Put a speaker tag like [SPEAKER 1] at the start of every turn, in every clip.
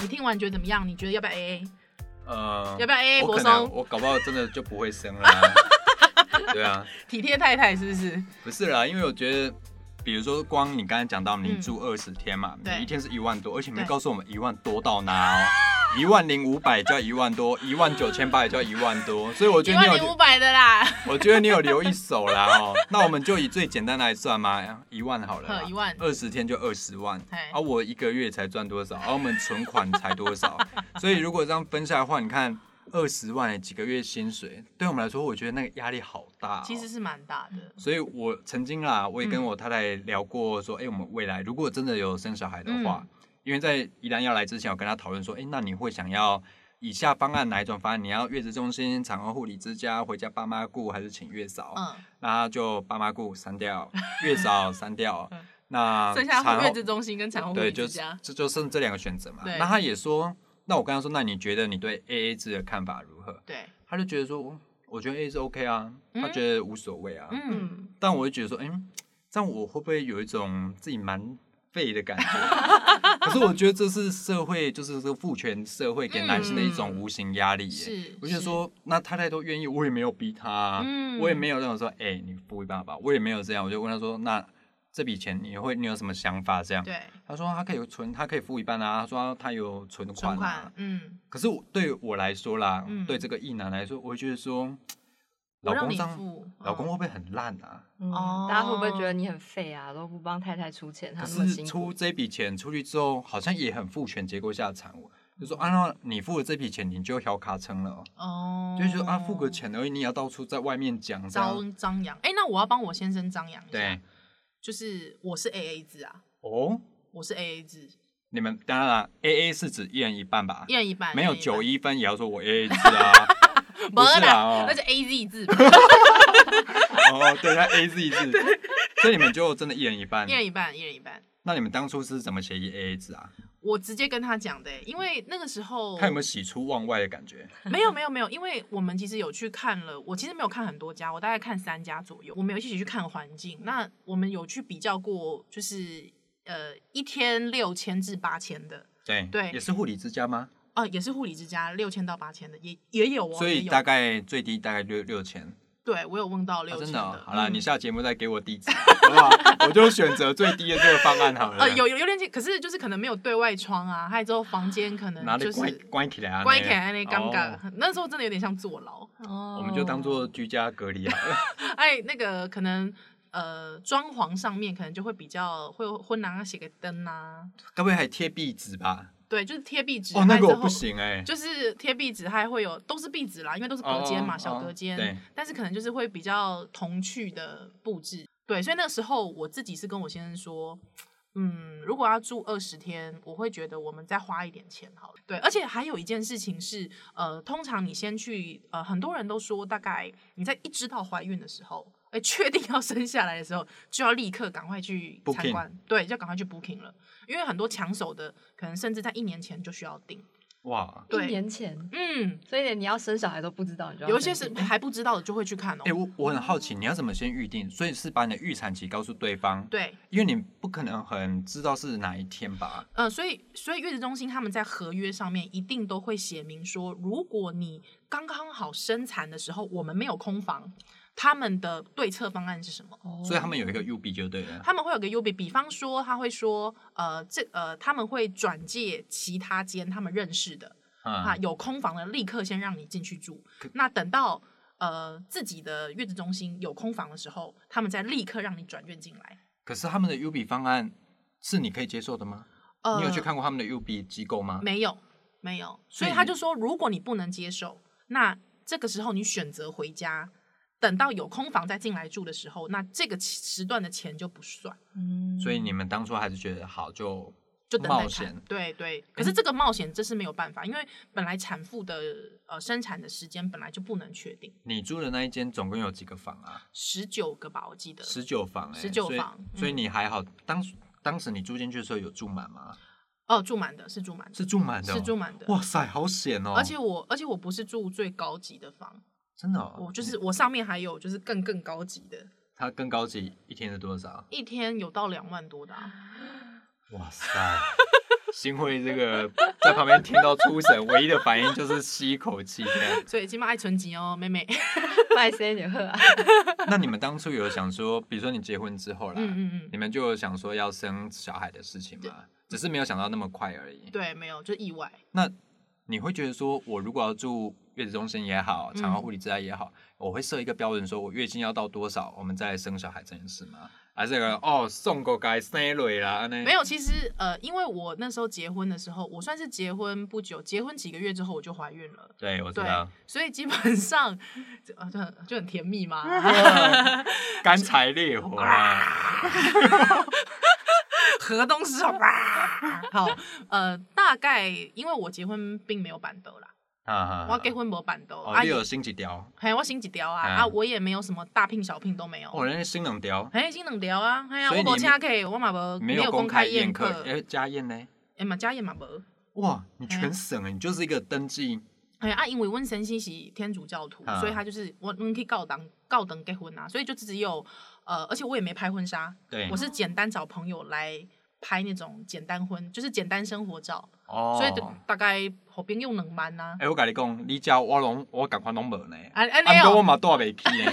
[SPEAKER 1] 你听完觉得怎么样？你觉得要不要 AA？
[SPEAKER 2] 呃，
[SPEAKER 1] 要不要 AA
[SPEAKER 2] 我
[SPEAKER 1] 博
[SPEAKER 2] 可能
[SPEAKER 1] 松？
[SPEAKER 2] 我搞不好真的就不会生了啊、 对啊，
[SPEAKER 1] 体贴太太是不是？
[SPEAKER 2] 不是啦，因为我觉得，比如说光你刚才讲到你
[SPEAKER 1] 嗯
[SPEAKER 2] 住二十天嘛，
[SPEAKER 1] 对
[SPEAKER 2] 你一天是一万多，而且没
[SPEAKER 1] 对
[SPEAKER 2] 告诉我们一万多到哪哦。一万零五百叫一万多，一万九千八也叫一万多，所以我觉
[SPEAKER 1] 一
[SPEAKER 2] 得你
[SPEAKER 1] 万零五
[SPEAKER 2] 有，
[SPEAKER 1] 百的啦，
[SPEAKER 2] 我觉得你有留一手啦哦。那我们就以最简单来算嘛，一万好了啦
[SPEAKER 1] 呵，一万
[SPEAKER 2] 二十天就二十万
[SPEAKER 1] 嘿，
[SPEAKER 2] 而、我一个月才赚多少？而、啊我们存款才 多少？所以如果这样分下来的话，你看二十万、欸、几个月薪水，对我们来说，我觉得那个压力好大、哦。
[SPEAKER 1] 其实是蛮大的。
[SPEAKER 2] 所以我曾经啦，我也
[SPEAKER 1] 嗯
[SPEAKER 2] 跟我太太聊过说，哎、我们未来如果真的有生小孩的话，
[SPEAKER 1] 嗯
[SPEAKER 2] 因为在宜兰要来之前，我跟她讨论说，哎、那你会想要以下方案哪一种方案？你要月子中心、产后护理之家、回家爸妈顾，还是请月嫂？
[SPEAKER 1] 嗯，
[SPEAKER 2] 那她就爸妈顾 删掉，月嫂删掉，
[SPEAKER 1] 嗯
[SPEAKER 2] 那
[SPEAKER 1] 剩下
[SPEAKER 2] 产后
[SPEAKER 1] 月子中心跟产后护
[SPEAKER 2] 对，
[SPEAKER 1] 理
[SPEAKER 2] 就
[SPEAKER 1] 之
[SPEAKER 2] 是
[SPEAKER 1] 家，
[SPEAKER 2] 这就剩这两个选择嘛。
[SPEAKER 1] 对
[SPEAKER 2] 那她也说，那我跟她说，那你觉得你对 A A 制的看法如何？
[SPEAKER 1] 对，
[SPEAKER 2] 她就觉得说，哦我觉得 A A 制 OK 啊，她
[SPEAKER 1] 嗯
[SPEAKER 2] 觉得无所谓啊。
[SPEAKER 1] 嗯，
[SPEAKER 3] 嗯，
[SPEAKER 2] 但我就觉得说，哎、这样我会不会有一种自己蛮废的感觉？ 可是我觉得这是社会，就是这个父权社会给男性的一种无形压力耶。
[SPEAKER 1] 嗯是，，
[SPEAKER 2] 我就是说，那太太都愿意，我也没有逼她、啊，
[SPEAKER 1] 嗯
[SPEAKER 2] 我也没有那种说，哎、你不会爸爸，我也没有这样。我就问她说，那这笔钱你会你有什么想法？这样，
[SPEAKER 1] 对，
[SPEAKER 2] 她说她可以存，她可以付一半啊。她说她有存款
[SPEAKER 1] 存
[SPEAKER 2] 啊。
[SPEAKER 1] 款，嗯，
[SPEAKER 2] 可是我对我来说啦，
[SPEAKER 1] 嗯
[SPEAKER 2] 对这个异男来说，我会觉得说，
[SPEAKER 1] 我
[SPEAKER 2] 老
[SPEAKER 1] 让
[SPEAKER 2] 公
[SPEAKER 1] 你
[SPEAKER 2] 这样，
[SPEAKER 1] 付，
[SPEAKER 2] 老公
[SPEAKER 1] 嗯
[SPEAKER 2] 会不会很烂啊？
[SPEAKER 3] 嗯
[SPEAKER 1] 哦
[SPEAKER 3] 大家会不会觉得你很废啊？都不帮太太出钱，她
[SPEAKER 2] 可
[SPEAKER 3] 那么
[SPEAKER 2] 是
[SPEAKER 3] 辛
[SPEAKER 2] 出
[SPEAKER 3] 苦，
[SPEAKER 2] 这笔钱出去之后，好像也很父权结构下的产物，就说啊，那你付了这笔钱，你就小卡称了哦，
[SPEAKER 1] 哦，
[SPEAKER 2] 就是说啊，付个钱而已，你也要到处在外面讲这样，
[SPEAKER 1] 张张扬。哎、那我要帮我先生张扬一
[SPEAKER 2] 对
[SPEAKER 1] 下，，就是我是 A A 制啊，
[SPEAKER 2] 哦，
[SPEAKER 1] 我是 A A 制，
[SPEAKER 2] 你们当然啦，A A 是指一人一半吧
[SPEAKER 1] 一，人一半，
[SPEAKER 2] 没有
[SPEAKER 1] 人半
[SPEAKER 2] 九，一分也要说我 A A 制啊，
[SPEAKER 1] 不
[SPEAKER 2] 不是啦
[SPEAKER 1] 啦
[SPEAKER 2] 哦，
[SPEAKER 1] 那是 A Z 制吧，
[SPEAKER 2] 哦，对，那 A Z 制，所以你们就真的一人一半
[SPEAKER 1] 一，人一半，一人一半。
[SPEAKER 2] 那你们当初是怎么协议 A A 制啊？
[SPEAKER 1] 我直接跟他讲的、欸因为那个时候
[SPEAKER 2] 看有没有喜出望外的感觉？
[SPEAKER 1] 没有没有没有，因为我们其实有去看了，我其实没有看很多家，我大概看三家左右。我们有一起去看环境，那我们有去比较过，就是呃一天六千至八千的，
[SPEAKER 2] 对
[SPEAKER 1] 对
[SPEAKER 2] 也是护理之家吗？
[SPEAKER 1] 哦、也是护理之家六千到八千的，也也有哦，
[SPEAKER 2] 所
[SPEAKER 1] 也
[SPEAKER 2] 以
[SPEAKER 1] 有
[SPEAKER 2] 大概最低大概六六千。
[SPEAKER 1] 对我有问到六
[SPEAKER 2] 啊、
[SPEAKER 1] 千
[SPEAKER 2] 真的哦、好了，
[SPEAKER 1] 嗯
[SPEAKER 2] 你下节目再给我地址， 好不好？我就选择最低的这个方案好了。
[SPEAKER 1] 呃，有有有点紧，可是就是可能没有对外窗啊，还有之后房间可
[SPEAKER 2] 哪
[SPEAKER 1] 能
[SPEAKER 2] 里
[SPEAKER 1] 就是
[SPEAKER 2] 关关起来啊？
[SPEAKER 1] 关起来那尴尬
[SPEAKER 2] 哦，
[SPEAKER 1] 那时候真的有点像坐牢。
[SPEAKER 3] 哦
[SPEAKER 2] 我们就当做居家隔离 啊好了。
[SPEAKER 1] 哎，那个可能呃，装潢上面可能就会比较会有昏囊啊，写个灯啊，
[SPEAKER 2] 该不会还贴壁纸吧？
[SPEAKER 1] 对，就是贴壁纸。
[SPEAKER 2] 哦，那
[SPEAKER 1] 还有
[SPEAKER 2] 个
[SPEAKER 1] 之
[SPEAKER 2] 我
[SPEAKER 1] 后
[SPEAKER 2] 不。行哎、
[SPEAKER 1] 就是贴壁纸，还会有都是壁纸啦，因为都是隔间嘛，
[SPEAKER 2] 哦哦
[SPEAKER 1] 小隔间。
[SPEAKER 2] 对
[SPEAKER 1] 但是可能就是会比较童趣的布置。对，所以那时候我自己是跟我先生说，嗯，如果要住二十天，我会觉得我们再花一点钱好了。对，而且还有一件事情是，呃，通常你先去，呃，很多人都说，大概你在一知道怀孕的时候，哎、确定要生下来的时候，就要立刻赶快去
[SPEAKER 2] Booking
[SPEAKER 1] 参观，对，就赶快去 booking 了，因为很多抢手的，可能甚至在一年前就需要订。
[SPEAKER 2] 哇，
[SPEAKER 3] 一
[SPEAKER 1] 对
[SPEAKER 3] 年前，
[SPEAKER 1] 嗯，
[SPEAKER 3] 所以你要生小孩都不知道，你
[SPEAKER 2] 啊
[SPEAKER 3] 就要
[SPEAKER 1] 有一些
[SPEAKER 3] 生
[SPEAKER 1] 是还不知道的就会去看哦。
[SPEAKER 2] 哎、我我很好奇，你要怎么先预定？所以是把你的预产期告诉对方，
[SPEAKER 1] 对，
[SPEAKER 2] 因为你不可能很知道是哪一天吧？
[SPEAKER 1] 嗯、所以所以月子中心他们在合约上面一定都会写明说，如果你刚刚好生产的时候我们没有空房，他们的对策方案是什么？
[SPEAKER 3] 哦
[SPEAKER 2] 所以他们有一个 U B 就对了。
[SPEAKER 1] 他们会有个 U B，比方说他会说，呃，这呃，他们会转介其他间他们认识的啊，
[SPEAKER 2] 嗯，
[SPEAKER 1] 有空房的立刻先让你进去住。那等到呃自己的月子中心有空房的时候，他们再立刻让你转院进来。
[SPEAKER 2] 可是他们的 U B 方案是你可以接受的吗？
[SPEAKER 1] 呃，
[SPEAKER 2] 你有去看过他们的 U B 机构吗？
[SPEAKER 1] 没有，没有。所
[SPEAKER 2] 所
[SPEAKER 1] 以
[SPEAKER 2] 以
[SPEAKER 1] 他
[SPEAKER 2] 啊你
[SPEAKER 1] 就说，如果你不能接受，那这个时候你选择回家，等到有空房再进来住的时候，那这个期时段的钱就不算，
[SPEAKER 3] 嗯
[SPEAKER 2] 所以你们当初还是觉得好就
[SPEAKER 1] 就等待
[SPEAKER 2] 冒
[SPEAKER 1] 看
[SPEAKER 2] 险。。
[SPEAKER 1] 对对，可是这个冒险这是没有办法，因为本来产妇的呃生产的时间本来就不能确定，
[SPEAKER 2] 你住的那一间总共有几个房啊？
[SPEAKER 1] 十九个吧，我记得。
[SPEAKER 2] 十九房、欸，
[SPEAKER 1] 19
[SPEAKER 2] 所以
[SPEAKER 1] 呃房
[SPEAKER 2] 所以
[SPEAKER 1] 嗯
[SPEAKER 2] 你还好。当当时你住进去的时候有住满吗？
[SPEAKER 1] 哦，住满的是住满的，
[SPEAKER 2] 是住满的、哦
[SPEAKER 1] 是住。满的。
[SPEAKER 2] 哇塞，好险哦！
[SPEAKER 1] 而且我，而且我不是住最高级的房，
[SPEAKER 2] 真的、哦，
[SPEAKER 1] 我就
[SPEAKER 2] 你
[SPEAKER 1] 是我上面还有就是更更高级的，
[SPEAKER 2] 它更高级，一天是多少？
[SPEAKER 1] 一天有到两万多的、啊，
[SPEAKER 2] 哇塞！ 新会这个在旁边听到出神，唯一的反应就是吸一口气这样。
[SPEAKER 1] 所以起码爱存钱哦，妹妹。
[SPEAKER 2] 啊
[SPEAKER 3] 卖谁你喝啊？
[SPEAKER 2] 那你们当初有想说，比如说你结婚之后啦，
[SPEAKER 1] 嗯嗯
[SPEAKER 2] 你们就有想说要生小孩的事情吗？只是没有想到那么快而已
[SPEAKER 1] 嗯，。对，没有，就意外。
[SPEAKER 2] 那你会觉得说，我如果要住月子中心也好，产后护理之家也好，我会设一个标准，说我月经要到多少，我们再来生小孩这件事吗？还是有人哦，送过该生蕊啦，那
[SPEAKER 1] 没有，其实呃，因为我那时候结婚的时候，我算是结婚不久，结婚几个月之后我就怀孕了，
[SPEAKER 2] 对，我知
[SPEAKER 1] 对
[SPEAKER 2] 道，
[SPEAKER 1] 所以基本上就呃就很就很甜蜜嘛。
[SPEAKER 2] 干柴烈火 啊，
[SPEAKER 1] 河东狮吼哇！好，呃，大概因为我结婚并没有板凳啦，
[SPEAKER 2] 啊
[SPEAKER 1] 我结婚没板凳，
[SPEAKER 2] 哦，
[SPEAKER 1] 啊
[SPEAKER 2] 你有
[SPEAKER 1] 也，
[SPEAKER 2] 星期条，
[SPEAKER 1] 嘿，我心几条啊，
[SPEAKER 2] 嗯
[SPEAKER 1] 啊，我也没有什么大聘小聘都没有，
[SPEAKER 2] 哦，人家新两条，
[SPEAKER 1] 嘿，心能聊啊，嘿呀，
[SPEAKER 2] 所以
[SPEAKER 1] 我
[SPEAKER 2] 你
[SPEAKER 1] 无请客，我嘛无
[SPEAKER 2] 没有
[SPEAKER 1] 公
[SPEAKER 2] 公开
[SPEAKER 1] 宴
[SPEAKER 2] 宴客，哎，家宴呢？
[SPEAKER 1] 哎嘛家宴嘛无，
[SPEAKER 2] 哇，你全省哎，你就是一个登记
[SPEAKER 1] 哎啊，因为温神星是天主教徒，
[SPEAKER 2] 嗯
[SPEAKER 1] 所以他就是我们可以告党告等结婚啊，所以就只有呃，而且我也没拍婚纱，
[SPEAKER 2] 对
[SPEAKER 1] 我是简单找朋友来拍那种简单婚，就是简单生活照，
[SPEAKER 2] 哦
[SPEAKER 1] 所以就大概后边用两万啊。
[SPEAKER 2] 哎、我甲你讲，你家我拢我赶快拢无呢，
[SPEAKER 1] 啊 安尼
[SPEAKER 2] 啊，不过我
[SPEAKER 1] 哦，
[SPEAKER 2] 嘛带袂起呢，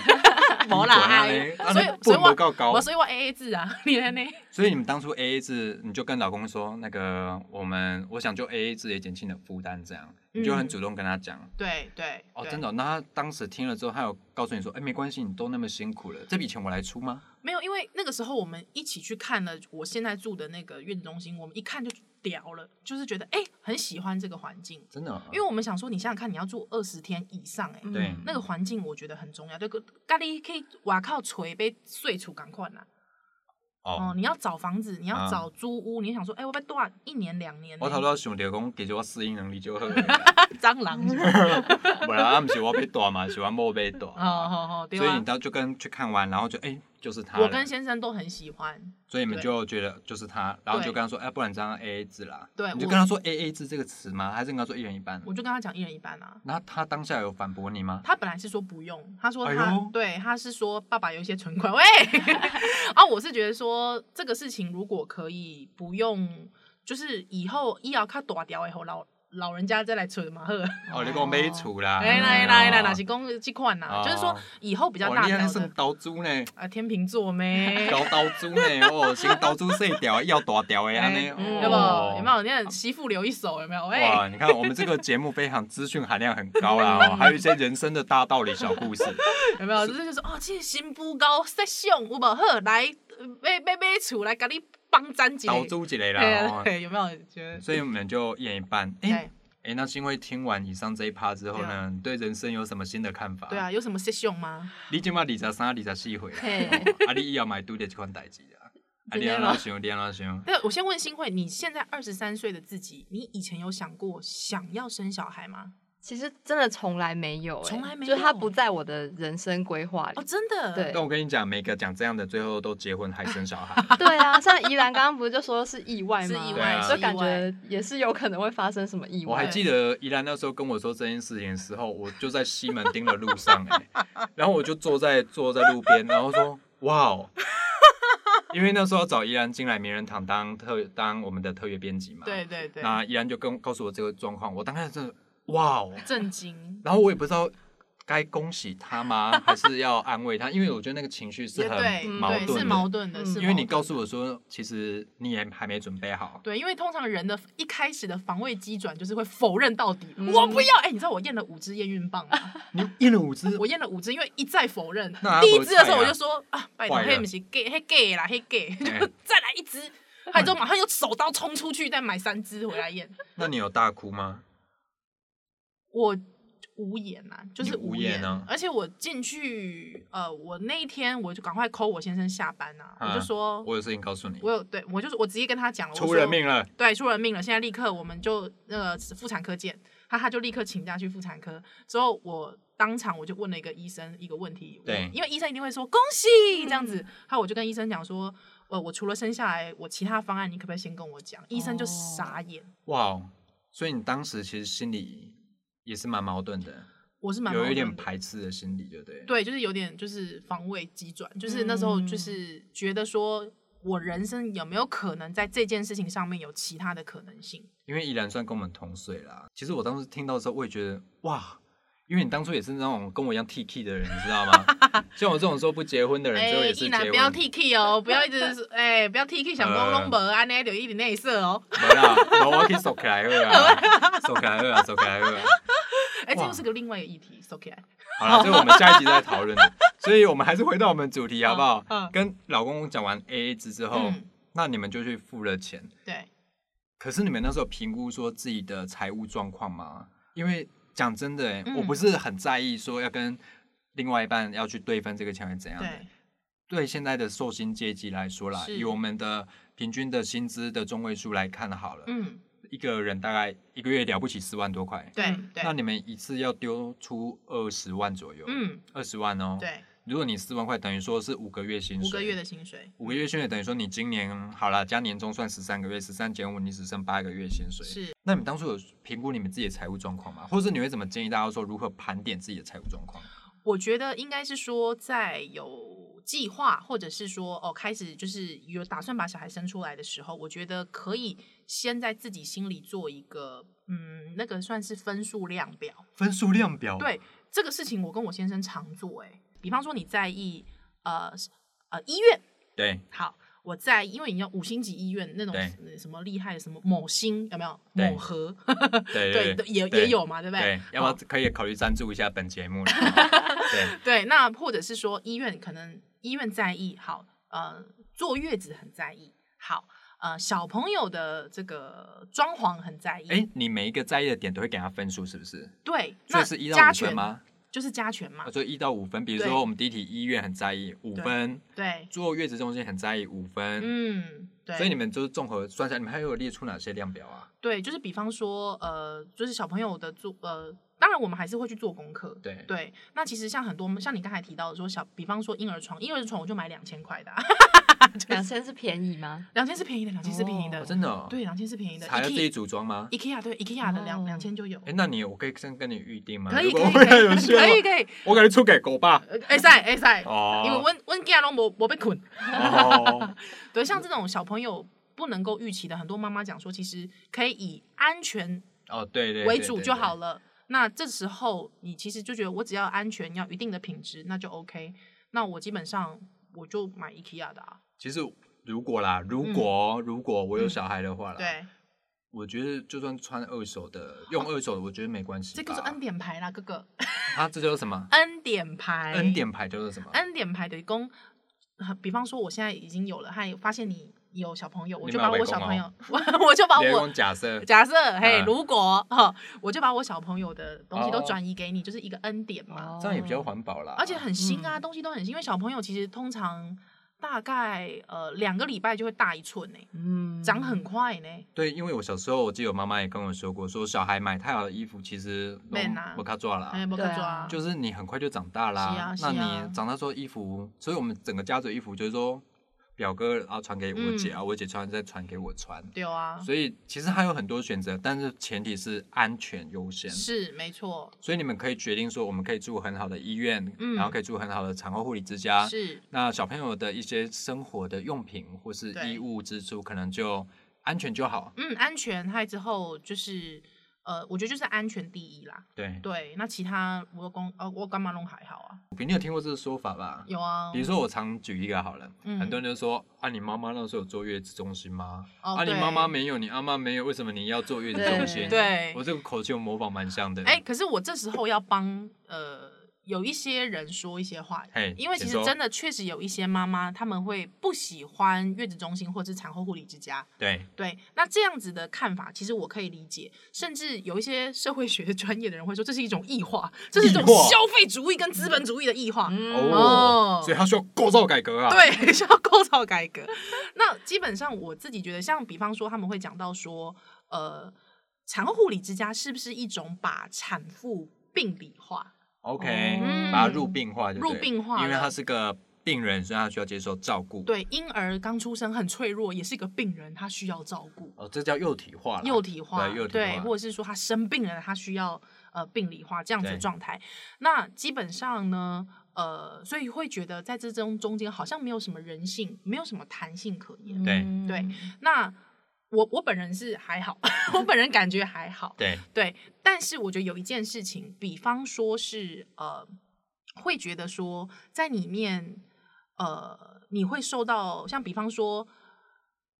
[SPEAKER 1] 无啦，
[SPEAKER 2] 你
[SPEAKER 1] 哎
[SPEAKER 2] 大呢
[SPEAKER 1] 所
[SPEAKER 2] 啊
[SPEAKER 1] 以
[SPEAKER 2] 你
[SPEAKER 1] 所以
[SPEAKER 2] 分不
[SPEAKER 1] 我
[SPEAKER 2] 够高
[SPEAKER 1] 我，所以我 A A 制啊， 你安尼，
[SPEAKER 2] 所以你们当初 A A 制，你就跟老公说，那个我们我想就 A A 制也减轻了负担，这样你就很主动跟他讲。
[SPEAKER 1] 对对嗯
[SPEAKER 2] 哦，
[SPEAKER 1] 对
[SPEAKER 2] 真的哦、那他当时听了之后，他有告诉你说：“哎、没关系，你都那么辛苦了，这笔钱我来出吗
[SPEAKER 1] 没有，因为那个时候我们一起去看了我现在住的那个月子中心，我们一看就聊了，就是觉得哎、很喜欢这个环境？”，
[SPEAKER 2] 真的哦、
[SPEAKER 1] 啊因为我们想说，你想想看，你要住二十天以上、哎、
[SPEAKER 2] 对
[SPEAKER 1] 那个环境我觉得很重要，就跟咖喱可以瓦靠锤被碎除赶快啦。哦、
[SPEAKER 2] 哦，
[SPEAKER 1] 你要找房子，你要
[SPEAKER 2] 啊
[SPEAKER 1] 找租屋，你想说，哎、我要多少一年两年呢、欸
[SPEAKER 2] 我头拄想着讲，其实我适应能力就好 了，
[SPEAKER 1] 蟑螂是吧？
[SPEAKER 2] 不然啊，不是我被打嘛，是我某被 打。
[SPEAKER 1] 哦哦哦，对
[SPEAKER 2] 所以
[SPEAKER 1] 啊
[SPEAKER 2] 你，到就跟去看完，然后就哎、就是他了。
[SPEAKER 1] 我跟先生都很喜欢。
[SPEAKER 2] 所以你们
[SPEAKER 1] 对
[SPEAKER 2] 就觉得就是他，然后
[SPEAKER 1] 对
[SPEAKER 2] 就跟他说，哎，不然这样 A A 制啦。
[SPEAKER 1] 对
[SPEAKER 2] 你就
[SPEAKER 1] 我
[SPEAKER 2] 跟他说 A A 制这个词吗？还是跟他说一人一半？
[SPEAKER 1] 我就跟他讲一人一半啊。
[SPEAKER 2] 然后他当下有反驳你吗？
[SPEAKER 1] 他本来是说不用，他说
[SPEAKER 2] 哎
[SPEAKER 1] 他、
[SPEAKER 2] 呦
[SPEAKER 1] 对，他是说爸爸有一些存款，喂， 啊，我是觉得说这个事情如果可以不用，就是以后医疗卡大条以后老老人家再来存嘛呵，
[SPEAKER 2] 哦，你给我没处啦。
[SPEAKER 1] 来来来来，哪些公这款呐、啊
[SPEAKER 2] 哦
[SPEAKER 1] 就是说以后比较
[SPEAKER 2] 哇，
[SPEAKER 1] 大
[SPEAKER 2] 你还
[SPEAKER 1] 条
[SPEAKER 2] 是
[SPEAKER 1] 的
[SPEAKER 2] 刀猪呢，
[SPEAKER 1] 啊，天秤座 咩？
[SPEAKER 2] 搞刀猪呢，哦，先刀猪碎掉，要大条的安尼，
[SPEAKER 1] 哎
[SPEAKER 2] 哦啊
[SPEAKER 1] 有没有？有没有？你看媳妇留一手有没有？哎喂、
[SPEAKER 2] 哇，你看我们这个节目非常资讯含量很高 啦，哦，还有一些人生的大道理小故事。
[SPEAKER 1] 有没有？ 就是就是哦，这个新妇高色相有无好来呃买买买厝来给你帮咱一下
[SPEAKER 2] 刀猪一类啦，
[SPEAKER 1] 对啊
[SPEAKER 2] 哦
[SPEAKER 1] 对，有没有觉得？
[SPEAKER 2] 所以我们就一人一半。
[SPEAKER 1] 对
[SPEAKER 2] 哎哎，那是因为听完以上这一趴之后
[SPEAKER 1] 对啊
[SPEAKER 2] 呢，你对人生有什么新的看法？
[SPEAKER 1] 对啊，有什么 session 吗？
[SPEAKER 2] 你即满二十三、二十四岁
[SPEAKER 3] 嘿
[SPEAKER 2] 啦，哦啊，你以后嘛会拄着即款代志啊，啊，
[SPEAKER 1] 真
[SPEAKER 2] 你
[SPEAKER 1] 的
[SPEAKER 2] 安
[SPEAKER 1] 吗
[SPEAKER 2] 怎想？你安怎想？
[SPEAKER 1] 但我先问新慧，你现在二十三岁的自己，你以前有想过想要生小孩吗？
[SPEAKER 3] 其实真的从来没有、欸，
[SPEAKER 1] 从来没
[SPEAKER 3] 就是它
[SPEAKER 1] 有
[SPEAKER 3] 不在我的人生规划
[SPEAKER 1] 哦，
[SPEAKER 3] 里。
[SPEAKER 1] 真的，
[SPEAKER 3] 对
[SPEAKER 2] 但我跟你讲，每个讲这样的，最后都结婚还生小孩。
[SPEAKER 3] 对啊，像宜兰刚刚不是就说是意外
[SPEAKER 1] 是
[SPEAKER 3] 吗？
[SPEAKER 1] 意
[SPEAKER 2] 对
[SPEAKER 1] 外，
[SPEAKER 2] 啊哦是
[SPEAKER 3] 就
[SPEAKER 1] 意
[SPEAKER 3] 感
[SPEAKER 1] 外
[SPEAKER 3] 觉也是有可能会发生什么意
[SPEAKER 2] 我还
[SPEAKER 3] 外。
[SPEAKER 2] 记得宜兰那时候跟我说这件事情的时候，我就在西门町的路上、欸，然后我就坐在坐在路边，然后说哇哦，因为那时候要找宜兰进来名人堂当特当我们的特约编辑嘛，，
[SPEAKER 1] 对对对，
[SPEAKER 2] 那宜兰就跟告诉我这个状况，我当时真的哇哦，
[SPEAKER 1] 震惊，
[SPEAKER 2] 然后我也不知道该恭喜他 吗，还是要安慰他，因为我觉得那个情绪是
[SPEAKER 1] 也对
[SPEAKER 2] 很矛
[SPEAKER 1] 对，是
[SPEAKER 2] 盾
[SPEAKER 1] 矛
[SPEAKER 2] 的，
[SPEAKER 1] 盾的，
[SPEAKER 3] 嗯
[SPEAKER 1] 是矛
[SPEAKER 2] 因为你
[SPEAKER 1] 盾
[SPEAKER 2] 告诉我说，其实你也还没准备 好。
[SPEAKER 1] 对，因为通常人的一开始的防卫机转就是会否认到底，
[SPEAKER 3] 嗯
[SPEAKER 1] 我不要。哎、你知道我验了五支验孕棒吗？
[SPEAKER 2] 你验了五支，
[SPEAKER 1] 我验了五支，因为一再否认。
[SPEAKER 2] 那他
[SPEAKER 1] 第一
[SPEAKER 2] 不
[SPEAKER 1] 支的时候
[SPEAKER 2] 菜啊
[SPEAKER 1] 我就说啊，拜托，
[SPEAKER 2] 坏了
[SPEAKER 1] 黑不是 gay，黑 gay 啦，黑 gay，
[SPEAKER 2] 哎
[SPEAKER 1] 就 再来一支。他就马上用手刀冲出去，再买三支回来验。
[SPEAKER 2] 那你有大哭吗？
[SPEAKER 1] 我无言呐、就
[SPEAKER 2] 你
[SPEAKER 1] 是
[SPEAKER 2] 无
[SPEAKER 1] 言
[SPEAKER 2] 言啊
[SPEAKER 1] 而且我进去，呃，我那一天我就赶快 call 我先生下班呐、
[SPEAKER 2] 啊
[SPEAKER 1] 我就说，
[SPEAKER 2] 我有事情告诉你，
[SPEAKER 1] 我有对我就是我直接跟他讲了，我
[SPEAKER 2] 出
[SPEAKER 1] 说
[SPEAKER 2] 人命了。
[SPEAKER 1] 对，出人命了，现在立刻我们就那个妇产科见。他他就立刻请假去妇产科，之后我当场我就问了一个医生一个问题，我
[SPEAKER 2] 对
[SPEAKER 1] 因为医生一定会说恭喜这样子，还有我就跟医生讲说，呃，我除了生下来，我其他方案你可不可以先跟我讲？医生就
[SPEAKER 3] 哦
[SPEAKER 1] 傻眼，
[SPEAKER 2] 哇哦，所以你当时其实心里也是蛮矛盾的。
[SPEAKER 1] 我是蛮
[SPEAKER 2] 有
[SPEAKER 1] 矛
[SPEAKER 2] 一点
[SPEAKER 1] 盾的
[SPEAKER 2] 排斥的心理，对不对？，
[SPEAKER 1] 对，就是有点就是防卫急转，就是那时候就是觉得说我人生有没有可能在这件事情上面有其他的可能性？
[SPEAKER 2] 因为依然算跟我们同岁啦。其实我当时听到的时候，我也觉得哇，因为你当初也是那种跟我一样 T K 的人，你知道吗？ 像我这种说不结婚的人，最后也是
[SPEAKER 1] 哎一
[SPEAKER 2] 结
[SPEAKER 1] 男
[SPEAKER 2] 婚。
[SPEAKER 1] 不要 T K 哦，不要一 直哎、不要 T K 想公龙伯啊，那有一点内射哦。
[SPEAKER 2] 没啦，然后我去收起来 好啊，收起来好啊，收起来好啊。
[SPEAKER 1] 哎、这
[SPEAKER 2] 哇
[SPEAKER 1] 又是个另外一个议题，啊收起来。
[SPEAKER 2] 好了，这个我们下一集再讨论。所以我们还是回到我们主题好不好？
[SPEAKER 1] 嗯嗯
[SPEAKER 2] 跟老公讲完 A A 制之后，
[SPEAKER 1] 嗯，
[SPEAKER 2] 那你们就去付了钱。
[SPEAKER 1] 对，
[SPEAKER 2] 可是你们那时候评估说自己的财务状况吗？因为讲真的、欸，
[SPEAKER 1] 嗯
[SPEAKER 2] 我不是很在意说要跟另外一半要去对分这个钱还是怎样的。
[SPEAKER 1] 对，
[SPEAKER 2] 对现在的寿星阶级来说啦，
[SPEAKER 1] 是
[SPEAKER 2] 以我们的平均的薪资的中位数来看好了，
[SPEAKER 1] 嗯，
[SPEAKER 2] 一个人大概一个月了不起四万多块。
[SPEAKER 1] 对
[SPEAKER 3] 嗯
[SPEAKER 1] 对
[SPEAKER 2] 那，你们一次要丢出二十万左右，
[SPEAKER 1] 嗯，
[SPEAKER 2] 二十万哦。，
[SPEAKER 1] 对，
[SPEAKER 2] 如果你四万块，等于说是五个月薪水，
[SPEAKER 1] 五个月的薪水
[SPEAKER 2] 五个月薪水，等于说你今年好了，加年终算十三个月，十三减五，你只剩八个月薪水。
[SPEAKER 1] 是。
[SPEAKER 2] 那你们当初有评估你们自己的财务状况吗？或是你会怎么建议大家说如何盘点自己的财务状况？
[SPEAKER 1] 我觉得应该是说，在有计划或者是说哦开始就是有打算把小孩生出来的时候，我觉得可以先在自己心里做一个嗯，那个算是分数量表。
[SPEAKER 2] 分数量表，
[SPEAKER 1] 对这个事情，我跟我先生常做、欸。比方说你在意呃是呃医院，
[SPEAKER 2] 对
[SPEAKER 1] 好，我在意因为你要五星级医院那种
[SPEAKER 2] 对
[SPEAKER 1] 呃什么厉害的什么某星有没有
[SPEAKER 2] 对
[SPEAKER 1] 某和
[SPEAKER 2] 对
[SPEAKER 1] 对
[SPEAKER 2] 对，
[SPEAKER 1] 也
[SPEAKER 2] 对
[SPEAKER 1] 也有嘛，对不对？
[SPEAKER 2] 对，要不
[SPEAKER 1] 好
[SPEAKER 2] 要可以考虑赞助一下本节目 了？对，
[SPEAKER 1] 对，那或者是说医院可能医院在意，好，呃，坐月子很在意，好，呃，小朋友的这个装潢很在意，
[SPEAKER 2] 哎、你每一个在意的点都会给他分数，是不是？
[SPEAKER 1] 对，
[SPEAKER 2] 所
[SPEAKER 1] 那
[SPEAKER 2] 以是一到
[SPEAKER 1] 加
[SPEAKER 2] 五分
[SPEAKER 1] 权
[SPEAKER 2] 吗？
[SPEAKER 1] 就是加权嘛
[SPEAKER 2] 啊，所以一到五分，比如
[SPEAKER 1] 对
[SPEAKER 2] 说我们第一题医院很在意五
[SPEAKER 1] 对
[SPEAKER 2] 分，
[SPEAKER 1] 对，
[SPEAKER 2] 坐月子中心很在意五分，
[SPEAKER 1] 嗯，对，
[SPEAKER 2] 所以你们就是综合算下来，你们还有列出哪些量表啊？
[SPEAKER 1] 对，就是比方说，呃，就是小朋友的做，呃，当然我们还是会去做功课，
[SPEAKER 2] 对
[SPEAKER 1] 对。那其实像很多，像你刚才提到的说小，比方说婴儿床，婴儿床我就买两千块的、啊，
[SPEAKER 3] 两千是便宜吗？
[SPEAKER 1] 两千是便宜的，两千是便宜的，
[SPEAKER 2] 哦真的、哦，
[SPEAKER 1] 对，两千是便宜的
[SPEAKER 2] 还要自己
[SPEAKER 1] ，IKEA
[SPEAKER 2] 组装吗？
[SPEAKER 1] IKEA 对 IKEA 的两
[SPEAKER 3] 哦
[SPEAKER 1] 两千就有
[SPEAKER 2] 哎、。那你我可以先跟你预定吗？
[SPEAKER 1] 可以
[SPEAKER 2] 如
[SPEAKER 1] 可
[SPEAKER 2] 果
[SPEAKER 1] 以
[SPEAKER 2] 未来有
[SPEAKER 1] 可以
[SPEAKER 2] 需要
[SPEAKER 1] 可以可以，呃
[SPEAKER 2] 我感觉出给狗爸
[SPEAKER 1] 会使会使，
[SPEAKER 2] 哦
[SPEAKER 1] 因为阮阮囝拢无无被困。
[SPEAKER 2] 哦，
[SPEAKER 1] 对，像这种小朋友不能够预期的，很多妈妈讲说，其实可以以安全
[SPEAKER 2] 哦对对对
[SPEAKER 1] 为主就好
[SPEAKER 2] 了。
[SPEAKER 1] 了。那这时候你其实就觉得我只要安全，要一定的品质，那就 OK。那我基本上我就买 IKEA 的啊，
[SPEAKER 2] 其实如果啦，如果、哦如果我有小孩的话啦，，
[SPEAKER 1] 嗯对，哦
[SPEAKER 2] 我觉得就算穿二手的，用二手的，我觉得没关系吧。
[SPEAKER 1] 这个是恩典牌啦，哥哥，
[SPEAKER 2] 啊，这叫什么？
[SPEAKER 1] 恩典牌，
[SPEAKER 2] 恩典牌叫做什么？
[SPEAKER 1] 恩典牌的公，比方说我现在已经有了，还发现你有小朋友，我
[SPEAKER 2] 你
[SPEAKER 1] 就
[SPEAKER 2] 们
[SPEAKER 1] 把
[SPEAKER 2] 有围
[SPEAKER 1] 我小
[SPEAKER 2] 攻
[SPEAKER 1] 朋友
[SPEAKER 2] 哦，
[SPEAKER 1] 我我就把
[SPEAKER 2] 别
[SPEAKER 1] 我
[SPEAKER 2] 用假设，
[SPEAKER 1] 假设嘿，
[SPEAKER 2] 嗯
[SPEAKER 1] 如果哈，我就把我小朋友的东西都
[SPEAKER 2] 哦
[SPEAKER 1] 转移给你，就是一个恩典嘛。
[SPEAKER 3] 哦
[SPEAKER 2] 这样也比较环保啦。
[SPEAKER 1] 而且很新啊，
[SPEAKER 3] 嗯
[SPEAKER 1] 东西都很新，因为小朋友其实通常大概呃两个礼拜就会大一寸呢、
[SPEAKER 3] 嗯，
[SPEAKER 1] 长很快呢、
[SPEAKER 2] 对，因为我小时候，我记得我妈妈也跟我说过，说小孩买太好的衣服其实
[SPEAKER 1] 没拿
[SPEAKER 2] 不卡抓啦，
[SPEAKER 1] 哎、没
[SPEAKER 3] 对
[SPEAKER 1] 看
[SPEAKER 3] 啊
[SPEAKER 1] 抓，
[SPEAKER 2] 就是你很快就长大啦。
[SPEAKER 1] 是啊是
[SPEAKER 2] 那
[SPEAKER 1] 啊
[SPEAKER 2] 你长大之后衣服，所以我们整个家族的衣服就是说，表哥然后传给我姐，
[SPEAKER 1] 嗯
[SPEAKER 2] 啊，我姐穿再传给我穿。
[SPEAKER 1] 对啊，
[SPEAKER 2] 所以其实还有很多选择，但是前提是安全优先。
[SPEAKER 1] 是没错，
[SPEAKER 2] 所以你们可以决定说，我们可以住很好的医院，
[SPEAKER 1] 嗯
[SPEAKER 2] 然后可以住很好的产后护理之家。
[SPEAKER 1] 是
[SPEAKER 2] 那小朋友的一些生活的用品或是
[SPEAKER 1] 对
[SPEAKER 2] 衣物支出，可能就安全就好。
[SPEAKER 1] 嗯，安全，还有之后就是呃，我觉得就是安全第一啦。
[SPEAKER 2] 对，
[SPEAKER 1] 对，那其他我公呃我干嘛弄还好啊，
[SPEAKER 2] 你有听过这个说法吧？
[SPEAKER 1] 有啊，
[SPEAKER 2] 比如说，我常举一个好了，
[SPEAKER 1] 嗯
[SPEAKER 2] 很多人就说啊，你妈妈那时候有坐月子中心吗？
[SPEAKER 1] 哦
[SPEAKER 2] 啊，你
[SPEAKER 1] 对
[SPEAKER 2] 妈妈没有，你阿妈没有，为什么你要坐月子中心？
[SPEAKER 3] 对
[SPEAKER 1] 对
[SPEAKER 2] 我这个口气我模仿蛮像的。
[SPEAKER 1] 哎、可是我这时候要帮呃有一些人说一些话
[SPEAKER 2] 嘿，
[SPEAKER 1] 因为其
[SPEAKER 2] 请
[SPEAKER 1] 实
[SPEAKER 2] 说
[SPEAKER 1] 真的确实有一些妈妈她们会不喜欢月子中心或者是产后护理之家，
[SPEAKER 2] 对，
[SPEAKER 1] 对，那这样子的看法其实我可以理解，甚至有一些社会学专业的人会说这是一种异化，这是一种
[SPEAKER 2] 异化
[SPEAKER 1] 消费主义跟资本主义的异化。
[SPEAKER 3] 嗯
[SPEAKER 2] 哦
[SPEAKER 1] 哦，
[SPEAKER 2] 所以他需要构造改革啊。，
[SPEAKER 1] 对，需要构造改革。那基本上我自己觉得，像比方说他们会讲到说，呃，产后护理之家是不是一种把产妇病理化？
[SPEAKER 2] OK，、
[SPEAKER 1] 嗯
[SPEAKER 2] 把它入病化就对了
[SPEAKER 1] 入病化
[SPEAKER 2] 因为
[SPEAKER 1] 了
[SPEAKER 2] 他是个病人，所以他需要接受照顾。，
[SPEAKER 1] 对，婴儿刚出生很脆弱，也是一个病人，他需要照顾。
[SPEAKER 2] 哦，这叫幼体化啦。
[SPEAKER 1] 幼体化，
[SPEAKER 2] 对，幼体化。
[SPEAKER 1] 或者是说他生病了，他需要呃病理化这样子的
[SPEAKER 2] 对
[SPEAKER 1] 状态。那基本上呢，呃，所以会觉得在这中中间好像没有什么人性，没有什么弹性可言。
[SPEAKER 2] 对
[SPEAKER 3] 嗯
[SPEAKER 1] 对那我我本人是还好， 我本人感觉还好，
[SPEAKER 2] 对
[SPEAKER 1] 对。但是我觉得有一件事情，比方说是呃，会觉得说在里面呃，你会受到像比方说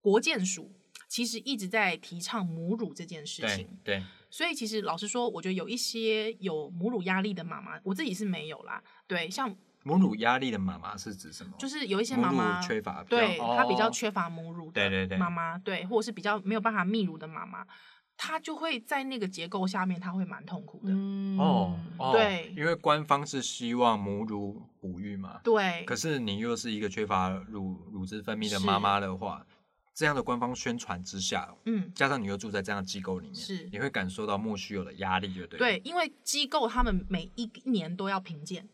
[SPEAKER 1] 国健署其实一直在提倡母乳这件事
[SPEAKER 2] 对
[SPEAKER 1] 情，
[SPEAKER 2] 对，
[SPEAKER 1] 所以其实老实说，我觉得有一些有母乳压力的妈妈，我自己是没有啦。对，像
[SPEAKER 2] 母乳压力的妈妈是指什么？
[SPEAKER 1] 就是有一些
[SPEAKER 2] 哦母
[SPEAKER 1] 妈妈
[SPEAKER 2] 乳缺乏，比较
[SPEAKER 1] 对她比较
[SPEAKER 2] 哦
[SPEAKER 1] 缺乏母乳
[SPEAKER 2] 对对
[SPEAKER 1] 的
[SPEAKER 2] 对
[SPEAKER 1] 妈妈，对，或者是比较没有办法泌乳的妈妈，她就会在那个结构下面，她会蛮痛苦的。
[SPEAKER 3] 嗯
[SPEAKER 2] 哦哦，
[SPEAKER 1] 对
[SPEAKER 2] 因为官方是希望母乳哺育嘛，
[SPEAKER 1] 对，
[SPEAKER 2] 可是你又是一个缺乏乳乳汁分泌的
[SPEAKER 1] 是
[SPEAKER 2] 妈妈的话，这样的官方宣传之下，
[SPEAKER 1] 嗯，
[SPEAKER 2] 加上你又住在这样的机构里面，
[SPEAKER 1] 是
[SPEAKER 2] 你会感受到莫须有的压力，就对。
[SPEAKER 1] 对，，因为机构他们每一年都要评鉴，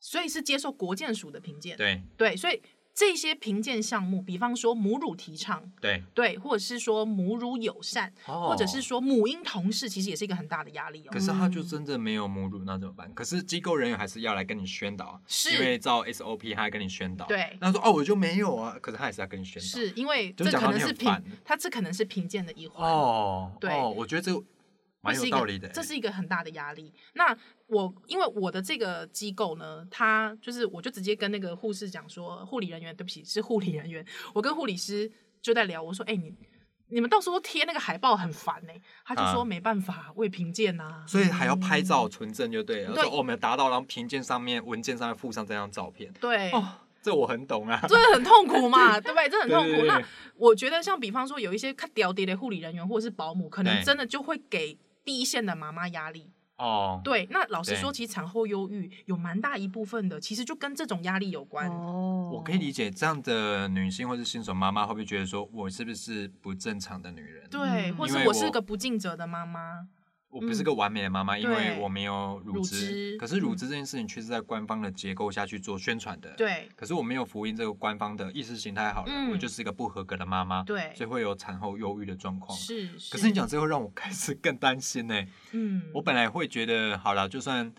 [SPEAKER 1] 所以是接受国健署的评鉴。
[SPEAKER 2] 对
[SPEAKER 1] 对，所以这些评鉴项目，比方说母乳提倡，
[SPEAKER 2] 对，
[SPEAKER 1] 对，或者是说母乳友善，
[SPEAKER 2] 哦
[SPEAKER 1] 或者是说母婴同事，其实也是一个很大的压力哦。
[SPEAKER 2] 可是他就真的没有母乳，那怎么办？可是机构人员还是要来跟你宣导，啊
[SPEAKER 1] 是
[SPEAKER 2] 因为照 SOP 他还跟你宣导。
[SPEAKER 1] 对
[SPEAKER 2] 那他说哦我就没有啊，可是他还是要跟你宣导。
[SPEAKER 1] 是因为
[SPEAKER 2] 就
[SPEAKER 1] 这
[SPEAKER 2] 讲
[SPEAKER 1] 可
[SPEAKER 2] 到
[SPEAKER 1] 能
[SPEAKER 2] 你
[SPEAKER 1] 是
[SPEAKER 2] 很
[SPEAKER 1] 评
[SPEAKER 2] 烦，
[SPEAKER 1] 它这可能是评鉴的一环，
[SPEAKER 2] 哦，
[SPEAKER 1] 对
[SPEAKER 2] 哦，我觉得这个
[SPEAKER 1] 这
[SPEAKER 2] 蛮
[SPEAKER 1] 是
[SPEAKER 2] 有
[SPEAKER 1] 一
[SPEAKER 2] 道
[SPEAKER 1] 个
[SPEAKER 2] 理的欸。
[SPEAKER 1] 这是一个很大的压力。那我因为我的这个机构呢，它就是我就直接跟那个护士讲说，护理人员，对不起，是护理人员，我跟护理师就在聊，我说，哎、你。你们到时候贴那个海报很烦呢、他就说
[SPEAKER 2] 啊
[SPEAKER 1] 没办法，未评鉴啊呐。
[SPEAKER 2] 所以还要拍照存证就对了，
[SPEAKER 1] 对
[SPEAKER 2] 说哦我们有达到，然后评鉴上面文件上面附上这张照片。
[SPEAKER 1] 对，
[SPEAKER 2] 哦，这我很懂啊。
[SPEAKER 1] 这很痛苦嘛，对不对？这很痛苦。
[SPEAKER 2] 对对对
[SPEAKER 1] 那我觉得，像比方说有一些看屌屌的护理人员或者是保姆，可能
[SPEAKER 2] 对
[SPEAKER 1] 真的就会给第一线的妈妈压力。
[SPEAKER 2] 哦，
[SPEAKER 1] 对，那老实
[SPEAKER 2] 对
[SPEAKER 1] 说，其实产后忧郁有蛮大一部分的，其实就跟这种压力有关。
[SPEAKER 3] 哦
[SPEAKER 2] 我可以理解这样的女性或是新手妈妈会不会觉得说，我是不是不正常的女人？
[SPEAKER 1] 对，
[SPEAKER 3] 嗯
[SPEAKER 1] 或
[SPEAKER 2] 因
[SPEAKER 1] 是
[SPEAKER 2] 为
[SPEAKER 1] 我是
[SPEAKER 2] 我
[SPEAKER 1] 个不尽责的妈妈。
[SPEAKER 2] 我不是个完美的妈妈，因为
[SPEAKER 1] 嗯对
[SPEAKER 2] 我没有乳
[SPEAKER 1] 乳
[SPEAKER 2] 汁。
[SPEAKER 1] 汁嗯
[SPEAKER 2] 可是乳汁这件事情却是在官方的结构下去做宣传的。。
[SPEAKER 1] 对
[SPEAKER 2] 可是我没有服膺这个官方的意识形态，好了，
[SPEAKER 1] 嗯
[SPEAKER 2] 我就是一个不合格的妈妈，
[SPEAKER 1] 对
[SPEAKER 2] 所以会有产后忧郁的状况。
[SPEAKER 1] 是，
[SPEAKER 2] 可是你讲，这会让我开始更担心呢、欸
[SPEAKER 1] 嗯，
[SPEAKER 2] 我本来会觉得，好了，就算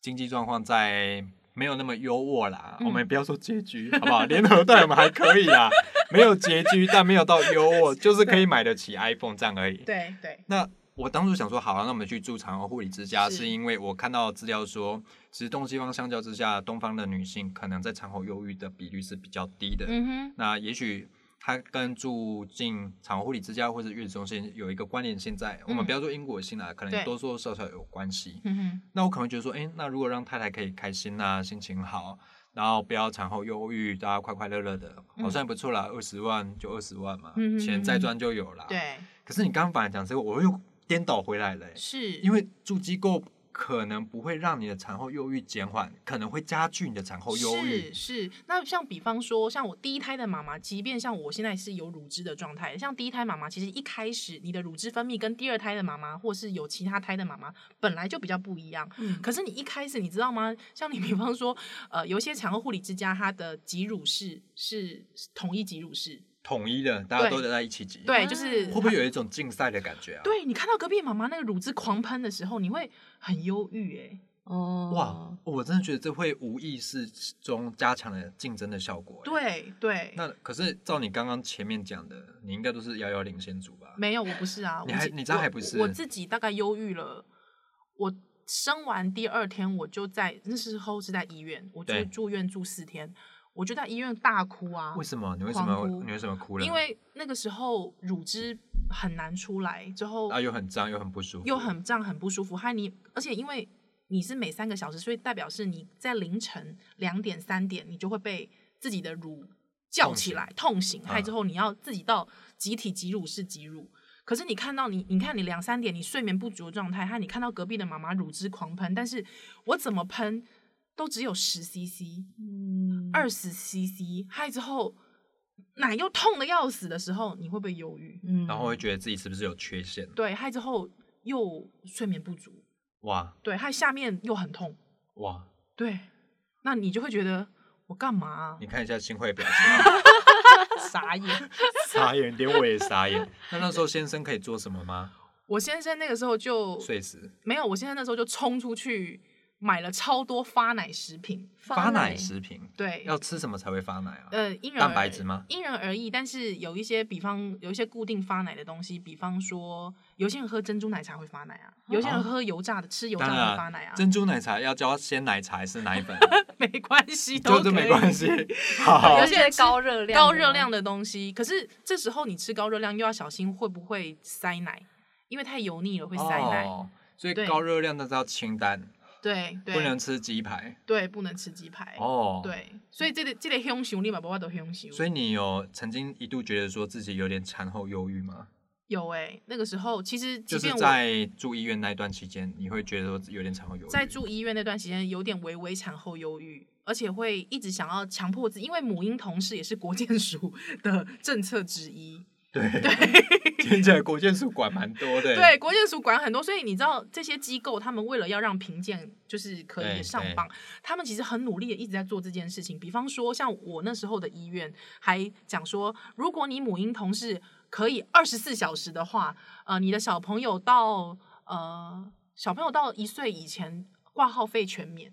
[SPEAKER 2] 经济状况在没有那么优渥啦，
[SPEAKER 1] 嗯
[SPEAKER 2] 我们不要说拮据， 好不好？联合贷我们还可以啦，没有拮据，但没有到优 渥，就是可以买得起 iPhone 这样而已。
[SPEAKER 1] 对对
[SPEAKER 2] 那我当初想说，好啊，那我们去住产后护理之家，
[SPEAKER 1] 是
[SPEAKER 2] 是因为我看到资料说，其实东西方相较之下，东方的女性可能在产后忧郁的比率是比较低的。
[SPEAKER 1] 嗯哼，
[SPEAKER 2] 那也许它跟住进产后护理之家或者月子中心有一个关联性在，我
[SPEAKER 1] 嗯
[SPEAKER 2] 们不要说因果性啦，可
[SPEAKER 1] 对
[SPEAKER 2] 能多多少少有关系。
[SPEAKER 1] 嗯哼，
[SPEAKER 2] 那我可能会觉得说，哎、那如果让太太可以开心啊，心情好，然后不要产后忧郁，大家快快乐乐的，好像也不错啦，二十、万就二十万嘛，
[SPEAKER 1] 嗯嗯嗯嗯
[SPEAKER 2] 钱再赚就有啦。。
[SPEAKER 1] 对
[SPEAKER 2] 可是你刚刚反而讲这个，我又颠倒回来了、欸，
[SPEAKER 1] 是，
[SPEAKER 2] 因
[SPEAKER 1] 为
[SPEAKER 2] 为住机构可能不会让你的产后忧郁减缓，可能会加剧你的产后忧郁。
[SPEAKER 1] 是是，那像比方说，像我第一胎的妈妈，即便像我现在是有乳汁的状态，像第一胎妈妈，其实一开始你的乳汁分泌跟第二胎的妈妈，或是有其他胎的妈妈，本来就比较不一样。
[SPEAKER 3] 嗯
[SPEAKER 1] 可是你一开始你知道吗？像你比方说，呃，有一些产后护理之家，它的挤乳室是统一挤乳室，
[SPEAKER 2] 统一的，大家
[SPEAKER 1] 对
[SPEAKER 2] 都得在一起挤。
[SPEAKER 1] 对，就是
[SPEAKER 2] 嗯会不会有一种竞赛的感觉啊？，
[SPEAKER 1] 对你看到隔壁的妈妈那个乳汁狂喷的时候，你会很忧郁哎。
[SPEAKER 3] 哦
[SPEAKER 2] 哇，我真的觉得这会无意识中加强了竞争的效果。，欸
[SPEAKER 1] 对对，
[SPEAKER 2] 那可是照你刚刚前面讲的，你应该都是遥遥领先组吧？
[SPEAKER 1] 没有，我不是啊。
[SPEAKER 2] 你
[SPEAKER 1] 我
[SPEAKER 2] 还
[SPEAKER 1] 自
[SPEAKER 2] 你这样
[SPEAKER 1] 我
[SPEAKER 2] 还不是
[SPEAKER 1] 我自己大概忧郁了。我生完第二天，我就在那时候是在医院，我就
[SPEAKER 2] 对
[SPEAKER 1] 住院住四天，我就在医院大哭啊。
[SPEAKER 2] 为什么？你为什么
[SPEAKER 1] 狂哭
[SPEAKER 2] 你为什么嗯哭了？
[SPEAKER 1] 因为那个时候乳汁很难出来，之后
[SPEAKER 2] 啊，又很脏，又很不舒服，
[SPEAKER 1] 又很胀，很不舒服，还你，而且因为你是每三个小时，所以代表是你在凌晨两点、三点，你就会被自己的乳叫起来痛醒，啊
[SPEAKER 2] 嗯
[SPEAKER 1] 还之后你要自己到集体挤乳室挤乳。可是你看到你，你看你两三点你睡眠不足的状态，和你看到隔壁的妈妈乳汁狂喷，但是我怎么喷都只有十 CC，
[SPEAKER 3] 嗯
[SPEAKER 1] 二十 CC，还之后奶又痛的要死的时候，你会不会忧郁？
[SPEAKER 3] 嗯
[SPEAKER 2] 然后会觉得自己是不是有缺陷？
[SPEAKER 1] 对，还之后又睡眠不足，
[SPEAKER 2] 哇
[SPEAKER 1] 对，它下面又很痛，
[SPEAKER 2] 哇，
[SPEAKER 1] 对，那你就会觉得我干嘛啊、
[SPEAKER 2] 你看一下新会表 情，啊
[SPEAKER 1] 傻眼。
[SPEAKER 2] 傻眼，连我也傻眼。那那时候先生可以做什么吗？
[SPEAKER 1] 我先生那个时候就
[SPEAKER 2] 碎石
[SPEAKER 1] 没有，我先生那时候就冲出去买了超多发奶食品，
[SPEAKER 2] 发奶食品，
[SPEAKER 1] 对，
[SPEAKER 2] 要吃什么才会发奶啊？
[SPEAKER 1] 呃，因人
[SPEAKER 2] 蛋
[SPEAKER 1] 而
[SPEAKER 2] 白质吗
[SPEAKER 1] 因人而异，但是有一些，比方有一些固定发奶的东西，比方说有些人喝珍珠奶茶会发奶啊，有些人喝油炸的、吃油炸
[SPEAKER 2] 当
[SPEAKER 1] 的会发
[SPEAKER 2] 然
[SPEAKER 1] 奶啊，
[SPEAKER 2] 珍珠奶茶要叫鲜奶茶还是奶粉，啊
[SPEAKER 1] 没关系，
[SPEAKER 2] 就
[SPEAKER 1] 都
[SPEAKER 2] 这
[SPEAKER 1] 可
[SPEAKER 2] 没
[SPEAKER 1] 以
[SPEAKER 2] 关系。好
[SPEAKER 1] 有，
[SPEAKER 3] 而
[SPEAKER 1] 些人
[SPEAKER 3] 且
[SPEAKER 1] 吃
[SPEAKER 3] 高热量，
[SPEAKER 1] 哦高热量，的东西，可是这时候你吃高热量又要小心会不会塞奶，因为太油腻了会塞奶。
[SPEAKER 2] 哦，所以
[SPEAKER 1] 对
[SPEAKER 2] 高热量但是要清淡，
[SPEAKER 1] 对对，
[SPEAKER 2] 不能吃鸡排。
[SPEAKER 1] 对不能吃鸡排。
[SPEAKER 2] 哦，。
[SPEAKER 1] 对，所以这个这类凶熊立马不法都凶熊。
[SPEAKER 2] 所以你有曾经一度觉得说自己有点产后忧郁吗？
[SPEAKER 1] 有哎、那个时候其实即
[SPEAKER 2] 就是
[SPEAKER 1] 便我
[SPEAKER 2] 在住医院那一段期间，你会觉得说有点产后忧郁。
[SPEAKER 1] 在住医院那段时间，有点微微产后忧郁，而且会一直想要强迫自己，因为母婴同事也是国健署的政策之一。
[SPEAKER 2] 对对， 听起来国健署管蛮多 的。
[SPEAKER 1] 对，国健署管很多，所以你知道这些机构，他们为了要让评鉴就是可以
[SPEAKER 2] 对
[SPEAKER 1] 上
[SPEAKER 2] 对
[SPEAKER 1] 榜，他们其实很努力的一直在做这件事情。比方说，像我那时候的医院还讲说，如果你母婴同事可以二十四小时的话，呃，你的小朋友到呃小朋友到一岁以前挂号费全免，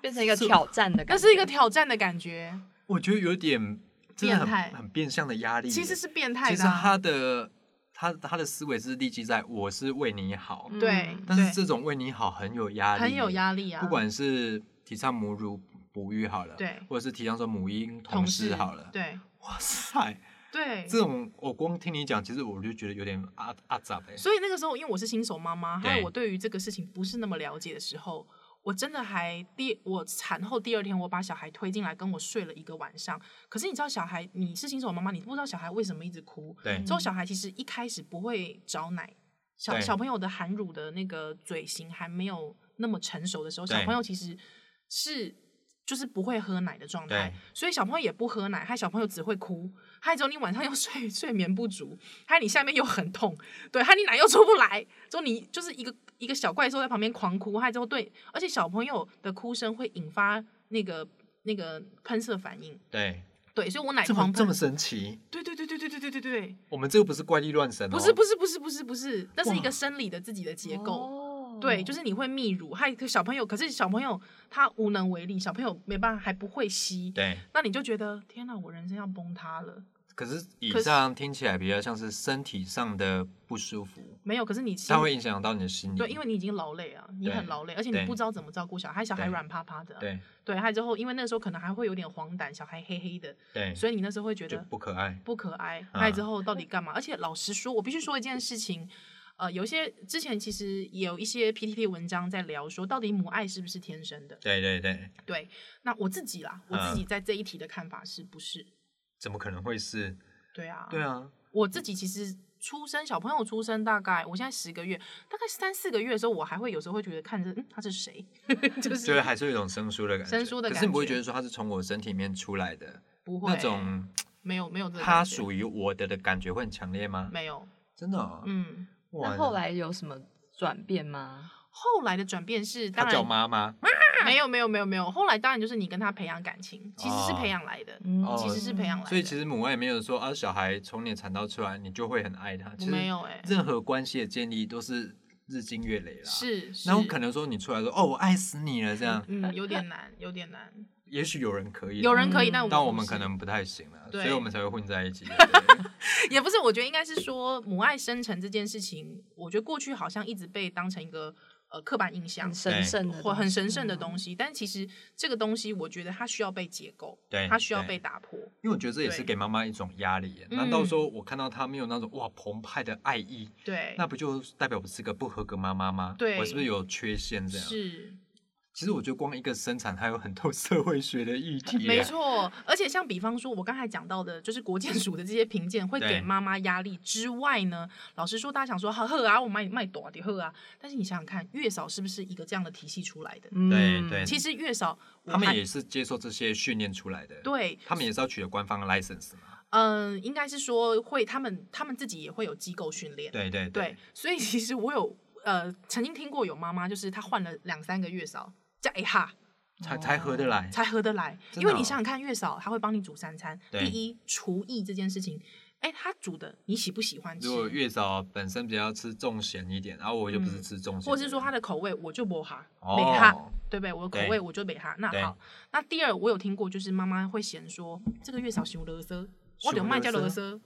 [SPEAKER 3] 变成一个挑战的感觉，
[SPEAKER 1] 那是一个挑战的感觉，
[SPEAKER 2] 我觉得有点真的
[SPEAKER 1] 变态
[SPEAKER 2] 很很变相的压力耶。
[SPEAKER 1] 其实是变态
[SPEAKER 2] 其实
[SPEAKER 1] 的啊、
[SPEAKER 2] 他的他他的思维是立基在我是为你好，
[SPEAKER 3] 嗯
[SPEAKER 1] 对，
[SPEAKER 2] 但是
[SPEAKER 1] 对
[SPEAKER 2] 这种为你好很有压力，
[SPEAKER 1] 很有压力啊，
[SPEAKER 2] 不管是提倡母乳哺育好了，
[SPEAKER 1] 对
[SPEAKER 2] 或者是提倡说母婴
[SPEAKER 1] 同
[SPEAKER 2] 事
[SPEAKER 1] 事
[SPEAKER 2] 好了，
[SPEAKER 1] 对
[SPEAKER 2] 哇塞，
[SPEAKER 1] 对，
[SPEAKER 2] 这种我光听你讲，其实我就觉得有点阿阿杂哎，
[SPEAKER 1] 所以那个时候，因为我是新手妈妈，还
[SPEAKER 2] 对
[SPEAKER 1] 有我对于这个事情不是那么了解的时候，我真的还第我产后第二天，我把小孩推进来跟我睡了一个晚上。可是你知道，小孩你是新手妈妈，你不知道小孩为什么一直哭。
[SPEAKER 2] 对
[SPEAKER 1] 之后小孩其实一开始不会找奶，小
[SPEAKER 2] 嗯对
[SPEAKER 1] 小朋友的含乳的那个嘴型还没有那么成熟的时候，
[SPEAKER 2] 对
[SPEAKER 1] 小朋友其实是。就是不会喝奶的状态
[SPEAKER 2] 对，
[SPEAKER 1] 所以小朋友也不喝奶，害小朋友只会哭，害之后你晚上又 睡睡眠不足，害你下面又很痛，对，害你奶又出不来，之后你就是一个一个小怪兽在旁边狂哭，害之后对，而且小朋友的哭声会引发那个那个喷射反应，
[SPEAKER 2] 对，
[SPEAKER 1] 对，所以我奶
[SPEAKER 2] 这么
[SPEAKER 1] 狂
[SPEAKER 2] 这
[SPEAKER 1] 喷
[SPEAKER 2] 么，神奇，
[SPEAKER 1] 对对对对对对对对对，
[SPEAKER 2] 我们这个不是怪力乱神哦，
[SPEAKER 1] 不是不是不是不是不是，那是一
[SPEAKER 2] 哇
[SPEAKER 1] 个生理的自己的结构。
[SPEAKER 3] 哦
[SPEAKER 1] 对，就是你会泌乳，还有小朋友，可是小朋友他无能为力，小朋友没办法，还不会吸，
[SPEAKER 2] 对。
[SPEAKER 1] 那你就觉得天哪，我人生要崩塌了。
[SPEAKER 2] 可是以
[SPEAKER 1] 可是
[SPEAKER 2] 上听起来比较像是身体上的不舒服，
[SPEAKER 1] 没有，可是你心
[SPEAKER 2] 它会影响到你的心理。
[SPEAKER 1] 对，因为你已经劳累啊，你
[SPEAKER 2] 对
[SPEAKER 1] 很劳累，而且你
[SPEAKER 2] 对
[SPEAKER 1] 不知道怎么照顾小孩，小孩
[SPEAKER 2] 对
[SPEAKER 1] 软趴趴的啊、
[SPEAKER 2] 对
[SPEAKER 1] 对，还有之后，因为那时候可能还会有点黄疸，小孩黑黑的，
[SPEAKER 2] 对，
[SPEAKER 1] 所以你那时候会觉
[SPEAKER 2] 就
[SPEAKER 1] 得
[SPEAKER 2] 不可爱。
[SPEAKER 1] 不可爱。
[SPEAKER 2] 啊
[SPEAKER 1] 还有之后到底干嘛？而且老实说，我必须说一件事情，呃，有一些之前其实也有一些 PTT 文章在聊说，到底母爱是不是天生的？
[SPEAKER 2] 对对对，
[SPEAKER 1] 对，那我自己啦，我
[SPEAKER 2] 啊
[SPEAKER 1] 自己在这一题的看法是不是？
[SPEAKER 2] 怎么可能会是？
[SPEAKER 1] 对啊，
[SPEAKER 2] 对啊，
[SPEAKER 1] 我自己其实出生小朋友出生大概，我现在十个月，大概三四个月的时候，我还会有时候会觉得看着，嗯，他是谁？ 就是
[SPEAKER 2] 就是还是有一种生疏的感觉。
[SPEAKER 1] 生疏的
[SPEAKER 2] 可是你不会
[SPEAKER 1] 感觉
[SPEAKER 2] 觉得说它是从我身体里面出来的
[SPEAKER 1] 不会
[SPEAKER 2] 那种，
[SPEAKER 1] 没有没有这个
[SPEAKER 2] 它
[SPEAKER 1] 感觉
[SPEAKER 2] 属于我的的感觉会很强烈吗？
[SPEAKER 1] 没有，
[SPEAKER 2] 真的哦，
[SPEAKER 1] 嗯。
[SPEAKER 2] 哇
[SPEAKER 3] 那后来有什么转变吗？
[SPEAKER 1] 后来的转变是，当
[SPEAKER 2] 他
[SPEAKER 1] 然
[SPEAKER 2] 叫妈妈，
[SPEAKER 1] 没有没有没有没有，后来当然就是你跟他培养感情，其实是
[SPEAKER 2] 哦
[SPEAKER 1] 培养来的，
[SPEAKER 3] 嗯
[SPEAKER 2] 哦
[SPEAKER 1] 其实是培养来的。
[SPEAKER 2] 所以其实母爱没有说啊，小孩从你的产道出来，你就会很爱他。
[SPEAKER 1] 我
[SPEAKER 2] 其实
[SPEAKER 1] 没有哎、
[SPEAKER 2] 任何关系的建立都是日积月累啦。。
[SPEAKER 1] 是是，
[SPEAKER 2] 然啊后可能说你出来说哦，我爱死你了这样，
[SPEAKER 1] 嗯有点难，有点难，
[SPEAKER 2] 也许有人可以，
[SPEAKER 1] 有人可以，
[SPEAKER 3] 嗯
[SPEAKER 1] 但我
[SPEAKER 2] 但我
[SPEAKER 1] 不
[SPEAKER 2] 们
[SPEAKER 1] 是
[SPEAKER 2] 可能不太行了，
[SPEAKER 1] 对
[SPEAKER 2] 所以我们才会混在一起。对
[SPEAKER 1] 也不是，我觉得应该是说母爱生成这件事情，我觉得过去好像一直被当成一个呃刻板印象
[SPEAKER 3] 很。神圣的东西，嗯
[SPEAKER 1] 或很神圣的东西，但其实这个东西，我觉得它需要被解构，
[SPEAKER 2] 对
[SPEAKER 1] 它需要
[SPEAKER 2] 对
[SPEAKER 1] 被打破。
[SPEAKER 2] 因为我觉得这也是
[SPEAKER 1] 对
[SPEAKER 2] 给妈妈一种压力耶。
[SPEAKER 1] 嗯
[SPEAKER 2] 难道说我看到她没有那种哇澎湃的爱意，
[SPEAKER 1] 对，
[SPEAKER 2] 那不就代表我是个不合格妈妈吗？
[SPEAKER 1] 对
[SPEAKER 2] 我是不是有缺陷这样？
[SPEAKER 1] 是
[SPEAKER 2] 其实我觉得光一个生产，还有很多 社会学的议题。
[SPEAKER 1] 没，错，而且像比方说，我刚才讲到的，就是国健署的这些评鉴会
[SPEAKER 2] 对
[SPEAKER 1] 给妈妈压力之外呢，老实说，大家想说呵呵啊，我卖卖多的呵啊，但是你想想看，月嫂是不是一个这样的体系出来的？
[SPEAKER 3] 嗯，
[SPEAKER 2] 对对
[SPEAKER 1] 其实月嫂，我
[SPEAKER 2] 他们
[SPEAKER 1] 还
[SPEAKER 2] 也是接受这些训练出来的。，
[SPEAKER 1] 对，
[SPEAKER 2] 他们也是要取得官方的 license 嘛。
[SPEAKER 1] 嗯、应该是说会，他们他们自己也会有机构训练，
[SPEAKER 2] 对对
[SPEAKER 1] 对，所以其实我有呃曾经听过有妈妈就是她换了两三个月嫂，加一哈。哦
[SPEAKER 2] 才才合得来。
[SPEAKER 1] 才合得来。
[SPEAKER 2] 真的
[SPEAKER 1] 因为你
[SPEAKER 2] 哦
[SPEAKER 1] 想想看，月嫂她会帮你煮三餐，
[SPEAKER 2] 对
[SPEAKER 1] 第一，厨艺这件事情哎、他煮的你喜不喜欢吃
[SPEAKER 2] 如？果月嫂本身比较吃重咸一点，然后我就不是吃重咸的人，
[SPEAKER 1] 嗯或者是说他的口味，我就不哈，
[SPEAKER 2] 哦
[SPEAKER 1] 没哈，对不对？我的口
[SPEAKER 2] 对
[SPEAKER 1] 味我就没哈。那
[SPEAKER 2] 对
[SPEAKER 1] 好，那第二我有听过，就是妈妈会嫌说这个月嫂熊勒瑟，我得卖叫勒瑟。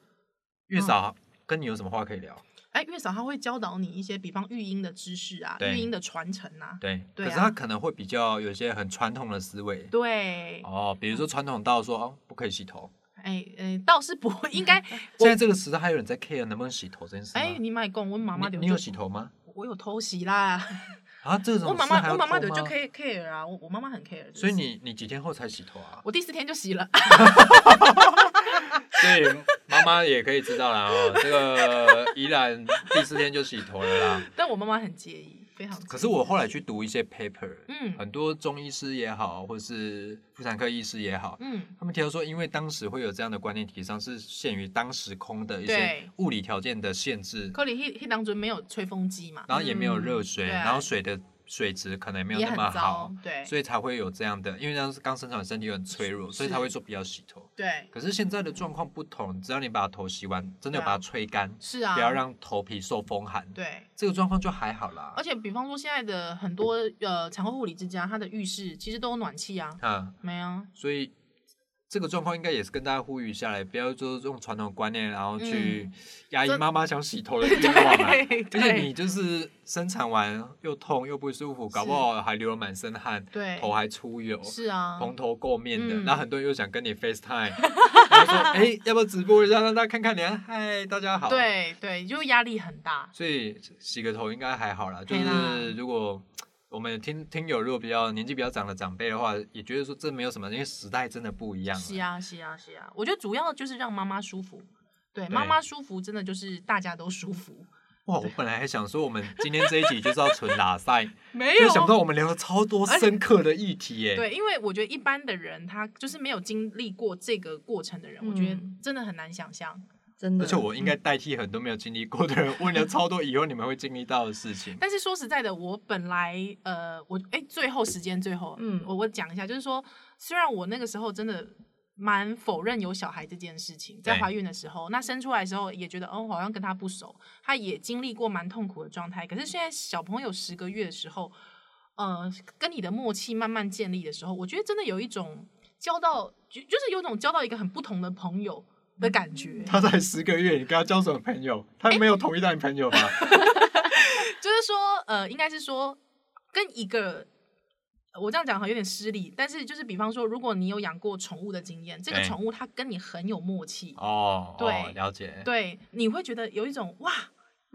[SPEAKER 2] 月嫂
[SPEAKER 1] 嗯
[SPEAKER 2] 跟你有什么话可以聊？
[SPEAKER 1] 哎，月嫂她会教导你一些，比方育婴的知识啊，
[SPEAKER 2] 对哦
[SPEAKER 1] 育婴的传承啊，
[SPEAKER 2] 对，
[SPEAKER 1] 对
[SPEAKER 2] 可是
[SPEAKER 1] 啊
[SPEAKER 2] 他可能会比较有一些很传统的思维。
[SPEAKER 1] 对，
[SPEAKER 2] 哦，比
[SPEAKER 1] 嗯
[SPEAKER 2] 如说传统到说哦不可以洗头，
[SPEAKER 1] 哎哎，倒是不会，应 该
[SPEAKER 2] 现在这个时代还有人在 care 能不能洗头这件事吗？
[SPEAKER 1] 哎，你买讲，我妈妈
[SPEAKER 2] 哦你
[SPEAKER 1] 就
[SPEAKER 2] 你有洗，头吗？
[SPEAKER 1] 我有偷洗啦，
[SPEAKER 2] 啊，这种
[SPEAKER 1] 我妈
[SPEAKER 2] 事还
[SPEAKER 1] 妈
[SPEAKER 2] 要
[SPEAKER 1] 我妈妈
[SPEAKER 2] 偷
[SPEAKER 1] 就就
[SPEAKER 2] 吗
[SPEAKER 1] care care 啊，我我妈妈很 care，这个
[SPEAKER 2] 所以
[SPEAKER 1] 事
[SPEAKER 2] 你你几天后才洗头 啊？
[SPEAKER 1] 我第四天就洗了，
[SPEAKER 2] 所以妈妈也可以知道啦、哦，这个依然第四天就洗头了 啦。
[SPEAKER 1] 但我妈妈很介意，非常介意。
[SPEAKER 2] 可是我后来去读一些 paper，
[SPEAKER 1] 嗯
[SPEAKER 2] 很多中医师也好，或是妇产科医师也好，
[SPEAKER 1] 嗯，
[SPEAKER 2] 他们提到说，因为当时会有这样的观念提倡，是限于当时空的一
[SPEAKER 1] 对
[SPEAKER 2] 些物理条件的限制，
[SPEAKER 1] 可里迄迄当中没有吹风机嘛，
[SPEAKER 2] 然后也没有热
[SPEAKER 1] 嗯
[SPEAKER 2] 水，
[SPEAKER 1] 对
[SPEAKER 2] 然后水的水质可能没有
[SPEAKER 1] 也
[SPEAKER 2] 那
[SPEAKER 1] 很
[SPEAKER 2] 么
[SPEAKER 1] 糟
[SPEAKER 2] 好，，
[SPEAKER 1] 对，
[SPEAKER 2] 所以才会有这样的。因为当时刚生产，身体又很脆弱，所以
[SPEAKER 1] 是
[SPEAKER 2] 才会说不要洗头。
[SPEAKER 1] 对，
[SPEAKER 2] 可是现在的状况不同，只要你把头洗完，真的
[SPEAKER 1] 对啊
[SPEAKER 2] 把它吹干，
[SPEAKER 1] 是啊，
[SPEAKER 2] 不要让头皮受风寒，
[SPEAKER 1] 对。
[SPEAKER 2] 这个状况就还好啦
[SPEAKER 1] 而。且，比方说现在的很多呃产后护理之家，它的浴室其实都有暖气啊，
[SPEAKER 2] 啊，
[SPEAKER 1] 没啊，
[SPEAKER 2] 所以这个状况应该也是跟大家呼吁下来，不要就是用传统观念，然
[SPEAKER 1] 嗯
[SPEAKER 2] 后去压抑
[SPEAKER 1] 这
[SPEAKER 2] 妈妈想洗 头的欲望啊。而且
[SPEAKER 1] 对
[SPEAKER 2] 你就是生产完又痛又不舒服，搞不好还流了满身汗，
[SPEAKER 1] 对，
[SPEAKER 2] 头还出油，
[SPEAKER 1] 是啊，
[SPEAKER 2] 蓬头垢面的。
[SPEAKER 1] 嗯
[SPEAKER 2] 然后很多人又想跟 你 FaceTime，然后说：“哎、要不要直播一下，让大家看看你啊？”嗨，大家好。
[SPEAKER 1] 对对，就压力很大，
[SPEAKER 2] 所以洗个头应该还好啦，就
[SPEAKER 1] 对啦
[SPEAKER 2] 是如果我们听听友如果比较年纪比较长的长辈的话，也觉得说这没有什么，因为时代真的不一样了。
[SPEAKER 1] 是啊是啊是啊，我觉得主要就是让妈妈舒服，对，妈妈舒服真的就是大家都舒服，
[SPEAKER 2] 哇，我本来还想说我们今天这一集就是要纯 拉塞，
[SPEAKER 1] 没
[SPEAKER 2] 就想不到我们聊了超多深刻的议题耶。
[SPEAKER 1] 哎对，因为我觉得一般的人，他就是没有经历过这个过程的人，我觉得
[SPEAKER 3] 嗯
[SPEAKER 1] 真的很难想象。
[SPEAKER 3] 真的。
[SPEAKER 2] 而且我应
[SPEAKER 1] 嗯
[SPEAKER 2] 该代替很多没有经历过的人，问了 超多以后你们会经历到的事情。
[SPEAKER 1] 但是说实在的，我本来呃，我哎、最后时间最后，嗯
[SPEAKER 3] 嗯，
[SPEAKER 1] 我我讲一下，就是说，虽然我那个时候真的蛮否认有小孩这件事情，在
[SPEAKER 2] 对
[SPEAKER 1] 怀孕的时候，那生出来的时候也觉得，哦，我好像跟他不熟，他也经历过蛮痛苦的状态。可是现在小朋友十个月的时候，呃，跟你的默契慢慢建立的时候，我觉得真的有一种交到，就就是有种交到一个很不同的朋友的感觉。
[SPEAKER 2] 他才十个月，你跟他交什么朋友？他
[SPEAKER 1] 哎
[SPEAKER 2] 没有同意当你 朋友吧？
[SPEAKER 1] 就是说，呃，应该是说跟一个。呃我这样讲好像有点失礼，但是就是比方说，如果你有养过宠物的经验，这个
[SPEAKER 2] 对
[SPEAKER 1] 宠物它跟你很有默契，
[SPEAKER 2] 哦，哦
[SPEAKER 1] 对
[SPEAKER 2] 了解。
[SPEAKER 1] 对，你会觉得有一种哇，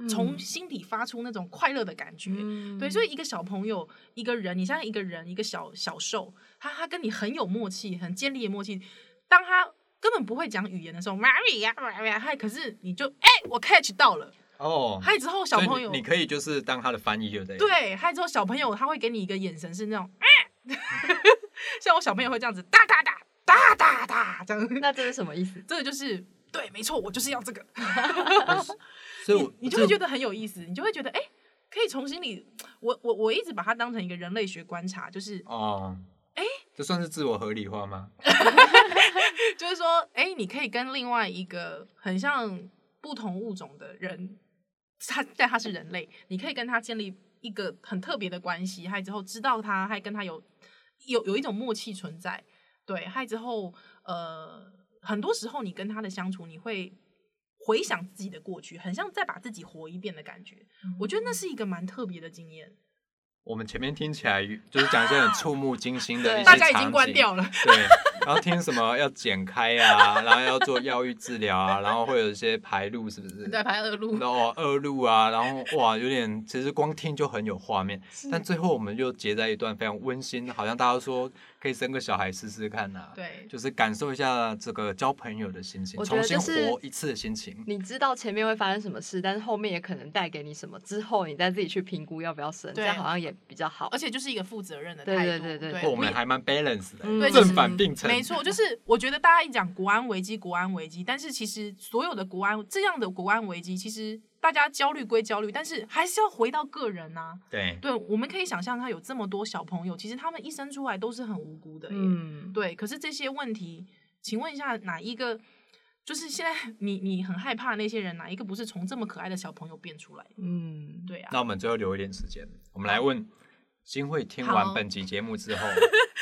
[SPEAKER 1] 从心底发出那种快乐的感觉。
[SPEAKER 3] 嗯
[SPEAKER 1] 对，所以一个小朋友，一个人，你像一个人，一个小小兽，他他跟你很有默契，很建立的默契。当他根本不会讲语言的时候，妈咪呀妈咪呀，嗨，可是你就哎、我 catch 到了，
[SPEAKER 2] 哦，
[SPEAKER 1] 嗨之后小
[SPEAKER 2] 所以
[SPEAKER 1] 朋
[SPEAKER 2] 你
[SPEAKER 1] 友
[SPEAKER 2] 你可以就是当他的翻译，对不对？。
[SPEAKER 1] 对，还有之后小朋友他会给你一个眼神是那种，啊、 像我小朋友会这样子哒哒哒哒哒哒这样，
[SPEAKER 3] 那这是什么意思？
[SPEAKER 1] 这个就是对，没错，我就是要这个，
[SPEAKER 2] 所以我
[SPEAKER 1] 啊你就会
[SPEAKER 2] 这
[SPEAKER 1] 觉得很有意思，你就会觉得哎、可以从心里，我我我一直把它当成一个人类学观察，就是
[SPEAKER 2] 哦，
[SPEAKER 1] 哎
[SPEAKER 2] 这算是自我合理化吗？
[SPEAKER 1] 就是说，哎、你可以跟另外一个很像不同物种的人，他但他是人类，你可以跟他建立一个很特别的关系，还之后知道他，还跟他有有有一种默契存在，对，还之后呃，很多时候你跟他的相处，你会回想自己的过去，很像再把自己活一遍的感觉，我觉得那是一个蛮特别的经验，
[SPEAKER 2] 我们前面听起来就是讲一些很触目惊心的一些
[SPEAKER 1] 大家已经
[SPEAKER 2] 场
[SPEAKER 1] 关
[SPEAKER 2] 景
[SPEAKER 1] 掉了，
[SPEAKER 2] 对，然后听什么要剪开啊，然后要做药物治疗啊，然后会有一些排路，是不是？
[SPEAKER 1] 在拍二路
[SPEAKER 2] 然，后二路啊，然后哇，有点其实光听就很有画面，但最后我们又结在一段非常温馨，好像大家说可以生个小孩试试看呐、啊，，
[SPEAKER 1] 对，
[SPEAKER 2] 就是感受一下这个交朋友的心情，
[SPEAKER 3] 我觉
[SPEAKER 2] 重
[SPEAKER 3] 得
[SPEAKER 2] 新
[SPEAKER 3] 就是
[SPEAKER 2] 活一次的心情。
[SPEAKER 3] 你知道前面会发生什么事，但是后面也可能带给你什么，之后你再自己去评估要不要生，
[SPEAKER 1] 对
[SPEAKER 3] 这样好像也比较好
[SPEAKER 1] 而。且就是一个负责任的
[SPEAKER 3] 对
[SPEAKER 1] 态
[SPEAKER 3] 对
[SPEAKER 1] 度，
[SPEAKER 3] 对对
[SPEAKER 2] 哦我
[SPEAKER 1] 不
[SPEAKER 2] 们还蛮 balance 的、欸
[SPEAKER 3] 嗯
[SPEAKER 1] 对
[SPEAKER 2] 正
[SPEAKER 1] 其实
[SPEAKER 2] 反并成，
[SPEAKER 1] 没错，就是我觉得大家一讲国安危机，国安危机，但是其实所有的国安这样的国安危机，其实大家焦虑归焦虑，但是还是要回到个人啊。
[SPEAKER 2] 对，
[SPEAKER 1] 对，我们可以想象，他有这么多小朋友，其实他们一生出来都是很无辜的耶。
[SPEAKER 3] 嗯，
[SPEAKER 1] 对，可是这些问题，请问一下，哪一个就是现在你你很害怕那些人，哪一个不是从这么可爱的小朋友变出来的？
[SPEAKER 3] 嗯，
[SPEAKER 1] 对啊，
[SPEAKER 2] 那我们最后留一点时间，我们来问新会听完
[SPEAKER 1] 好
[SPEAKER 2] 本集节目之后，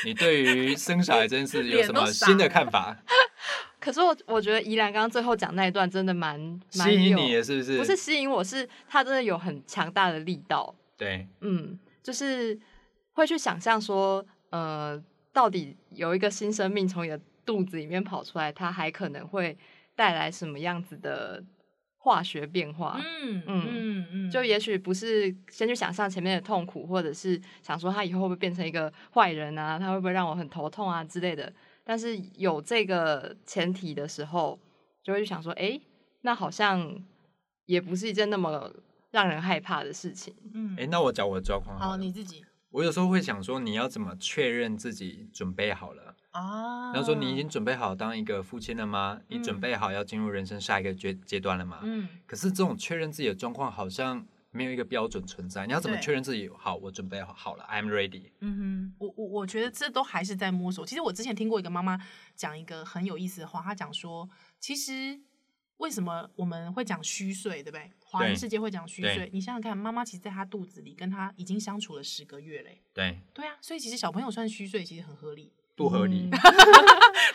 [SPEAKER 2] 你对于生小孩这件事有
[SPEAKER 1] 脸
[SPEAKER 2] 什
[SPEAKER 1] 都
[SPEAKER 2] 么
[SPEAKER 1] 傻
[SPEAKER 2] 新的
[SPEAKER 1] 了
[SPEAKER 2] 看法？
[SPEAKER 3] 可是我我觉得宜兰刚刚最后讲那一段真的蛮蛮
[SPEAKER 2] 吸引
[SPEAKER 3] 有
[SPEAKER 2] 你了是不是？
[SPEAKER 3] 不是吸引我，是他真的有很强大的力道。
[SPEAKER 2] 对，
[SPEAKER 3] 嗯，就是会去想象说，呃，到底有一个新生命从你的肚子里面跑出来，它还可能会带来什么样子的化学变化？
[SPEAKER 1] 嗯
[SPEAKER 3] 嗯
[SPEAKER 1] 嗯嗯，
[SPEAKER 3] 就也许不是先去想象前面的痛苦，或者是想说他以后会不会变成一个坏人啊，他会不会让我很头痛啊之类的。但是有这个前提的时候，就会去想说，诶，那好像也不是一件那么让人害怕的事情。
[SPEAKER 1] 嗯，
[SPEAKER 2] 哎、那我讲我的状况好
[SPEAKER 1] 好
[SPEAKER 2] 了
[SPEAKER 1] 哦你自己
[SPEAKER 2] 我有时候会想说，你要怎么确认自己准备好了？
[SPEAKER 1] 啊，
[SPEAKER 2] 然后说你已经准备好当一个父亲了吗？你准
[SPEAKER 1] 嗯
[SPEAKER 2] 备好要进入人生下一个阶阶段了吗？
[SPEAKER 1] 嗯
[SPEAKER 2] 可是这种确认自己的状况好像没有一个标准存在。你要怎么
[SPEAKER 1] 对
[SPEAKER 2] 确认自己好？我准备好好了，I'm ready。
[SPEAKER 1] 嗯哼，我我我觉得这都还是在摸索。其实我之前听过一个妈妈讲一个很有意思的话，她讲说，其实为什么我们会讲虚岁，对不对？华人
[SPEAKER 2] 对
[SPEAKER 1] 世界会讲虚
[SPEAKER 2] 对
[SPEAKER 1] 岁，你想想看，妈妈其实在她肚子里跟她已经相处了十个月嘞。
[SPEAKER 2] 对，
[SPEAKER 1] 对啊，所以其实小朋友算虚岁其实很合理。
[SPEAKER 2] 不合理。
[SPEAKER 3] 嗯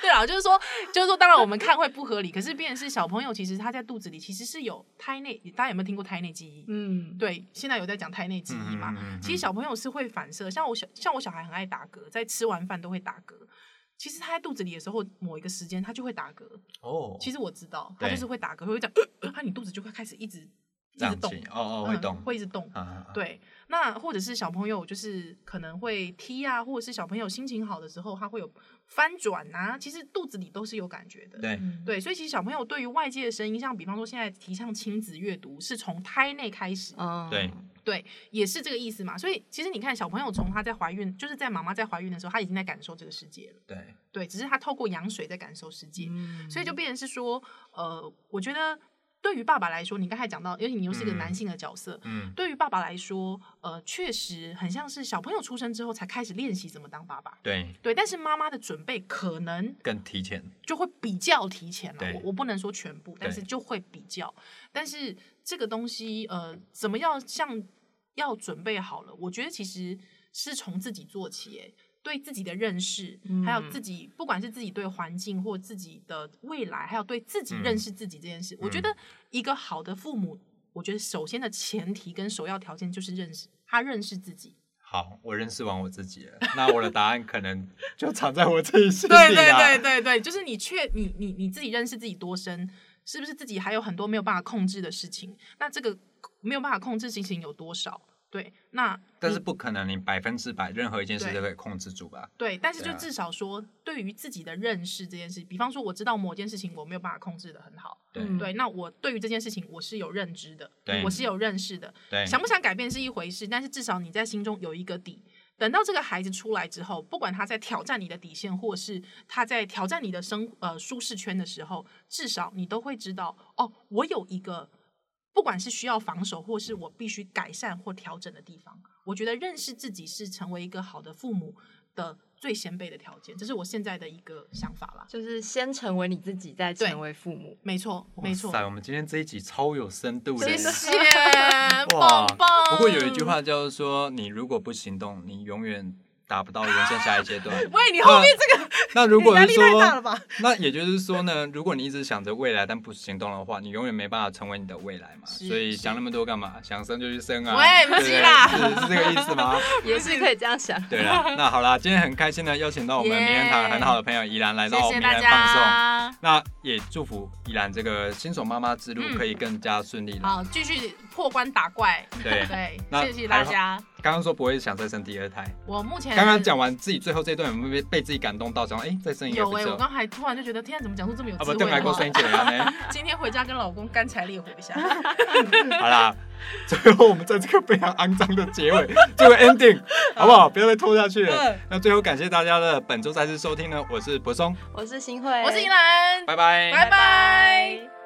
[SPEAKER 1] 对啊，就是说，就是说，当然我们看会不合理，可是变成是小朋友，其实他在肚子里其实是有胎内，大家有没有听过胎内记忆？
[SPEAKER 3] 嗯，
[SPEAKER 1] 对，现在有在讲胎内记忆嘛？
[SPEAKER 2] 嗯嗯嗯嗯嗯
[SPEAKER 1] 其实小朋友是会反射，像我小像我小孩很爱打嗝，在吃完饭都会打嗝。其实他在肚子里的时候，某一个时间他就会打嗝。
[SPEAKER 2] 哦，
[SPEAKER 1] 其
[SPEAKER 2] 实
[SPEAKER 1] 实我知道，他
[SPEAKER 2] 对
[SPEAKER 1] 就是会打嗝，会这样，呃呃他你肚子就会开始一直一直
[SPEAKER 2] 这样
[SPEAKER 1] 动
[SPEAKER 2] 子，哦哦，会
[SPEAKER 1] 嗯
[SPEAKER 2] 动，
[SPEAKER 1] 会一直动。
[SPEAKER 2] 啊啊，啊，
[SPEAKER 1] 对，那或者是小朋友就是可能会踢啊，或者是小朋友心情好的时候，他会有翻转啊，其实肚子里都是有感觉的。
[SPEAKER 2] 对
[SPEAKER 3] 嗯，
[SPEAKER 1] 对，所以其实小朋友对于外界的声音，像比方说现在提倡亲子阅读，是从胎内开始，
[SPEAKER 3] 嗯，
[SPEAKER 2] 对，
[SPEAKER 1] 也是这个意思嘛。所以其实你看，小朋友从她在怀孕，就是在妈妈在怀孕的时候，她已经在感受这个世界了。
[SPEAKER 2] 对，
[SPEAKER 1] 对，只是她透过羊水在感受世界，
[SPEAKER 3] 嗯
[SPEAKER 1] 所以就变成是说，呃，我觉得对于爸爸来说，你刚才讲到，因为你又是一个
[SPEAKER 2] 嗯
[SPEAKER 1] 男性的角色，
[SPEAKER 2] 嗯，
[SPEAKER 1] 对于爸爸来说，呃，确实很像是小朋友出生之后才开始练习怎么当爸爸。
[SPEAKER 2] 对，
[SPEAKER 1] 对，但是妈妈的准备可能
[SPEAKER 2] 更提前，
[SPEAKER 1] 就会比较提前了、
[SPEAKER 2] 对
[SPEAKER 1] 我我不能说全部，但是就会比较。但是这个东西，呃，怎么样像要准备好了？我觉得其实是从自己做起、欸，对自己的认识，还有
[SPEAKER 3] 嗯
[SPEAKER 1] 自己，不管是自己对环境或自己的未来，还有对自己
[SPEAKER 2] 嗯
[SPEAKER 1] 认识自己这件事，我觉
[SPEAKER 2] 嗯
[SPEAKER 1] 得一个好的父母，我觉得首先的前提跟首要条件就是认识他认识自己。
[SPEAKER 2] 好，我认识完我自己了，那我的答案可能就藏在我自己啊心里啦。
[SPEAKER 1] 对对对对对，就是你确你你你自己认识自己多深，是不是自己还有很多没有办法控制的事情？那这个没有办法控制事情有多少？对，那
[SPEAKER 2] 但是不可能你百分之百任何一件事
[SPEAKER 1] 嗯对
[SPEAKER 2] 都可以控制住吧？
[SPEAKER 1] 对，但是
[SPEAKER 2] 对
[SPEAKER 1] 就
[SPEAKER 2] 啊
[SPEAKER 1] 至少说，对于自己的认识这件事，比方说我知道某件事情我没有办法控制的很好，
[SPEAKER 2] 对
[SPEAKER 3] 嗯
[SPEAKER 1] 对，那我对于这件事情我是有认知的，
[SPEAKER 2] 对
[SPEAKER 1] 我是有认识的，
[SPEAKER 2] 对，
[SPEAKER 1] 想不想改变是一回事，但是至少你在心中有一个底。等到这个孩子出来之后，不管他在挑战你的底线，或是他在挑战你的生呃舒适圈的时候，至少你都会知道哦，我有一个，不管是需要防守，或是我必须改善或调整的地方。我觉得认识自己是成为一个好的父母的最先辈的条件，这是我现在的一个想法啦。
[SPEAKER 3] 就是先成为你自己，再
[SPEAKER 1] 对
[SPEAKER 3] 成为父母。
[SPEAKER 1] 没错，没错
[SPEAKER 2] 哇，塞，我们今天这一集超有深度的，
[SPEAKER 1] 谢谢，
[SPEAKER 2] 哇
[SPEAKER 1] 棒棒。
[SPEAKER 2] 不过有一句，话叫做说，你如果不行动，你永远达不到人生下一阶段。
[SPEAKER 1] 喂，你啊后面这个
[SPEAKER 2] 那如果
[SPEAKER 1] 压
[SPEAKER 2] 是
[SPEAKER 1] 力太大了
[SPEAKER 2] 说，
[SPEAKER 1] 吧？
[SPEAKER 2] 那也就是说呢，如果你一直想着未来但不行动的话，你永远没办法成为你的未来嘛。
[SPEAKER 1] 是
[SPEAKER 2] 所以
[SPEAKER 1] 是
[SPEAKER 2] 想那么多干嘛？想生就去生啊，
[SPEAKER 1] 喂不
[SPEAKER 2] 对不
[SPEAKER 1] 是
[SPEAKER 2] 对
[SPEAKER 1] 啦
[SPEAKER 2] 是是这个意 思吗？
[SPEAKER 3] 也是可以这样想。
[SPEAKER 2] 对啦，那好啦，今天很开心的邀请到我们名人堂很好的朋友怡兰来到
[SPEAKER 1] 谢
[SPEAKER 2] 我
[SPEAKER 1] 谢
[SPEAKER 2] 们
[SPEAKER 1] 大
[SPEAKER 2] 名人放送。
[SPEAKER 1] 家。
[SPEAKER 2] 那也祝福依兰这个新手妈妈之路
[SPEAKER 1] 嗯
[SPEAKER 2] 可以更加顺利啦。
[SPEAKER 1] 好，继续破关打怪。
[SPEAKER 2] 对
[SPEAKER 1] 对，
[SPEAKER 2] 那
[SPEAKER 1] 谢谢大家。
[SPEAKER 2] 刚刚说不会想再生第二胎，
[SPEAKER 1] 我目前
[SPEAKER 2] 刚刚讲完自己最后这段有没有被被自己感动到？想哎，再生一个
[SPEAKER 1] 有
[SPEAKER 2] 不
[SPEAKER 1] 哎、
[SPEAKER 2] 错
[SPEAKER 1] 我刚还突然就觉得，天啊，怎么讲出这么有
[SPEAKER 2] 啊
[SPEAKER 1] 智
[SPEAKER 2] 不，
[SPEAKER 1] 慧
[SPEAKER 2] 对，
[SPEAKER 1] 的
[SPEAKER 2] 买过
[SPEAKER 1] 话
[SPEAKER 2] 生？姐啊了 呢。
[SPEAKER 1] 今天回家跟老公干柴烈火一 下。
[SPEAKER 2] 好啦，最后我们在这个非常肮脏的结尾做 个 ending，好不好？不要再拖下去了
[SPEAKER 1] 嗯。
[SPEAKER 2] 那最后感谢大家的本周再次收听呢，我是柏松，
[SPEAKER 3] 我是新慧，
[SPEAKER 1] 我是依兰，
[SPEAKER 2] 拜拜，
[SPEAKER 1] 拜拜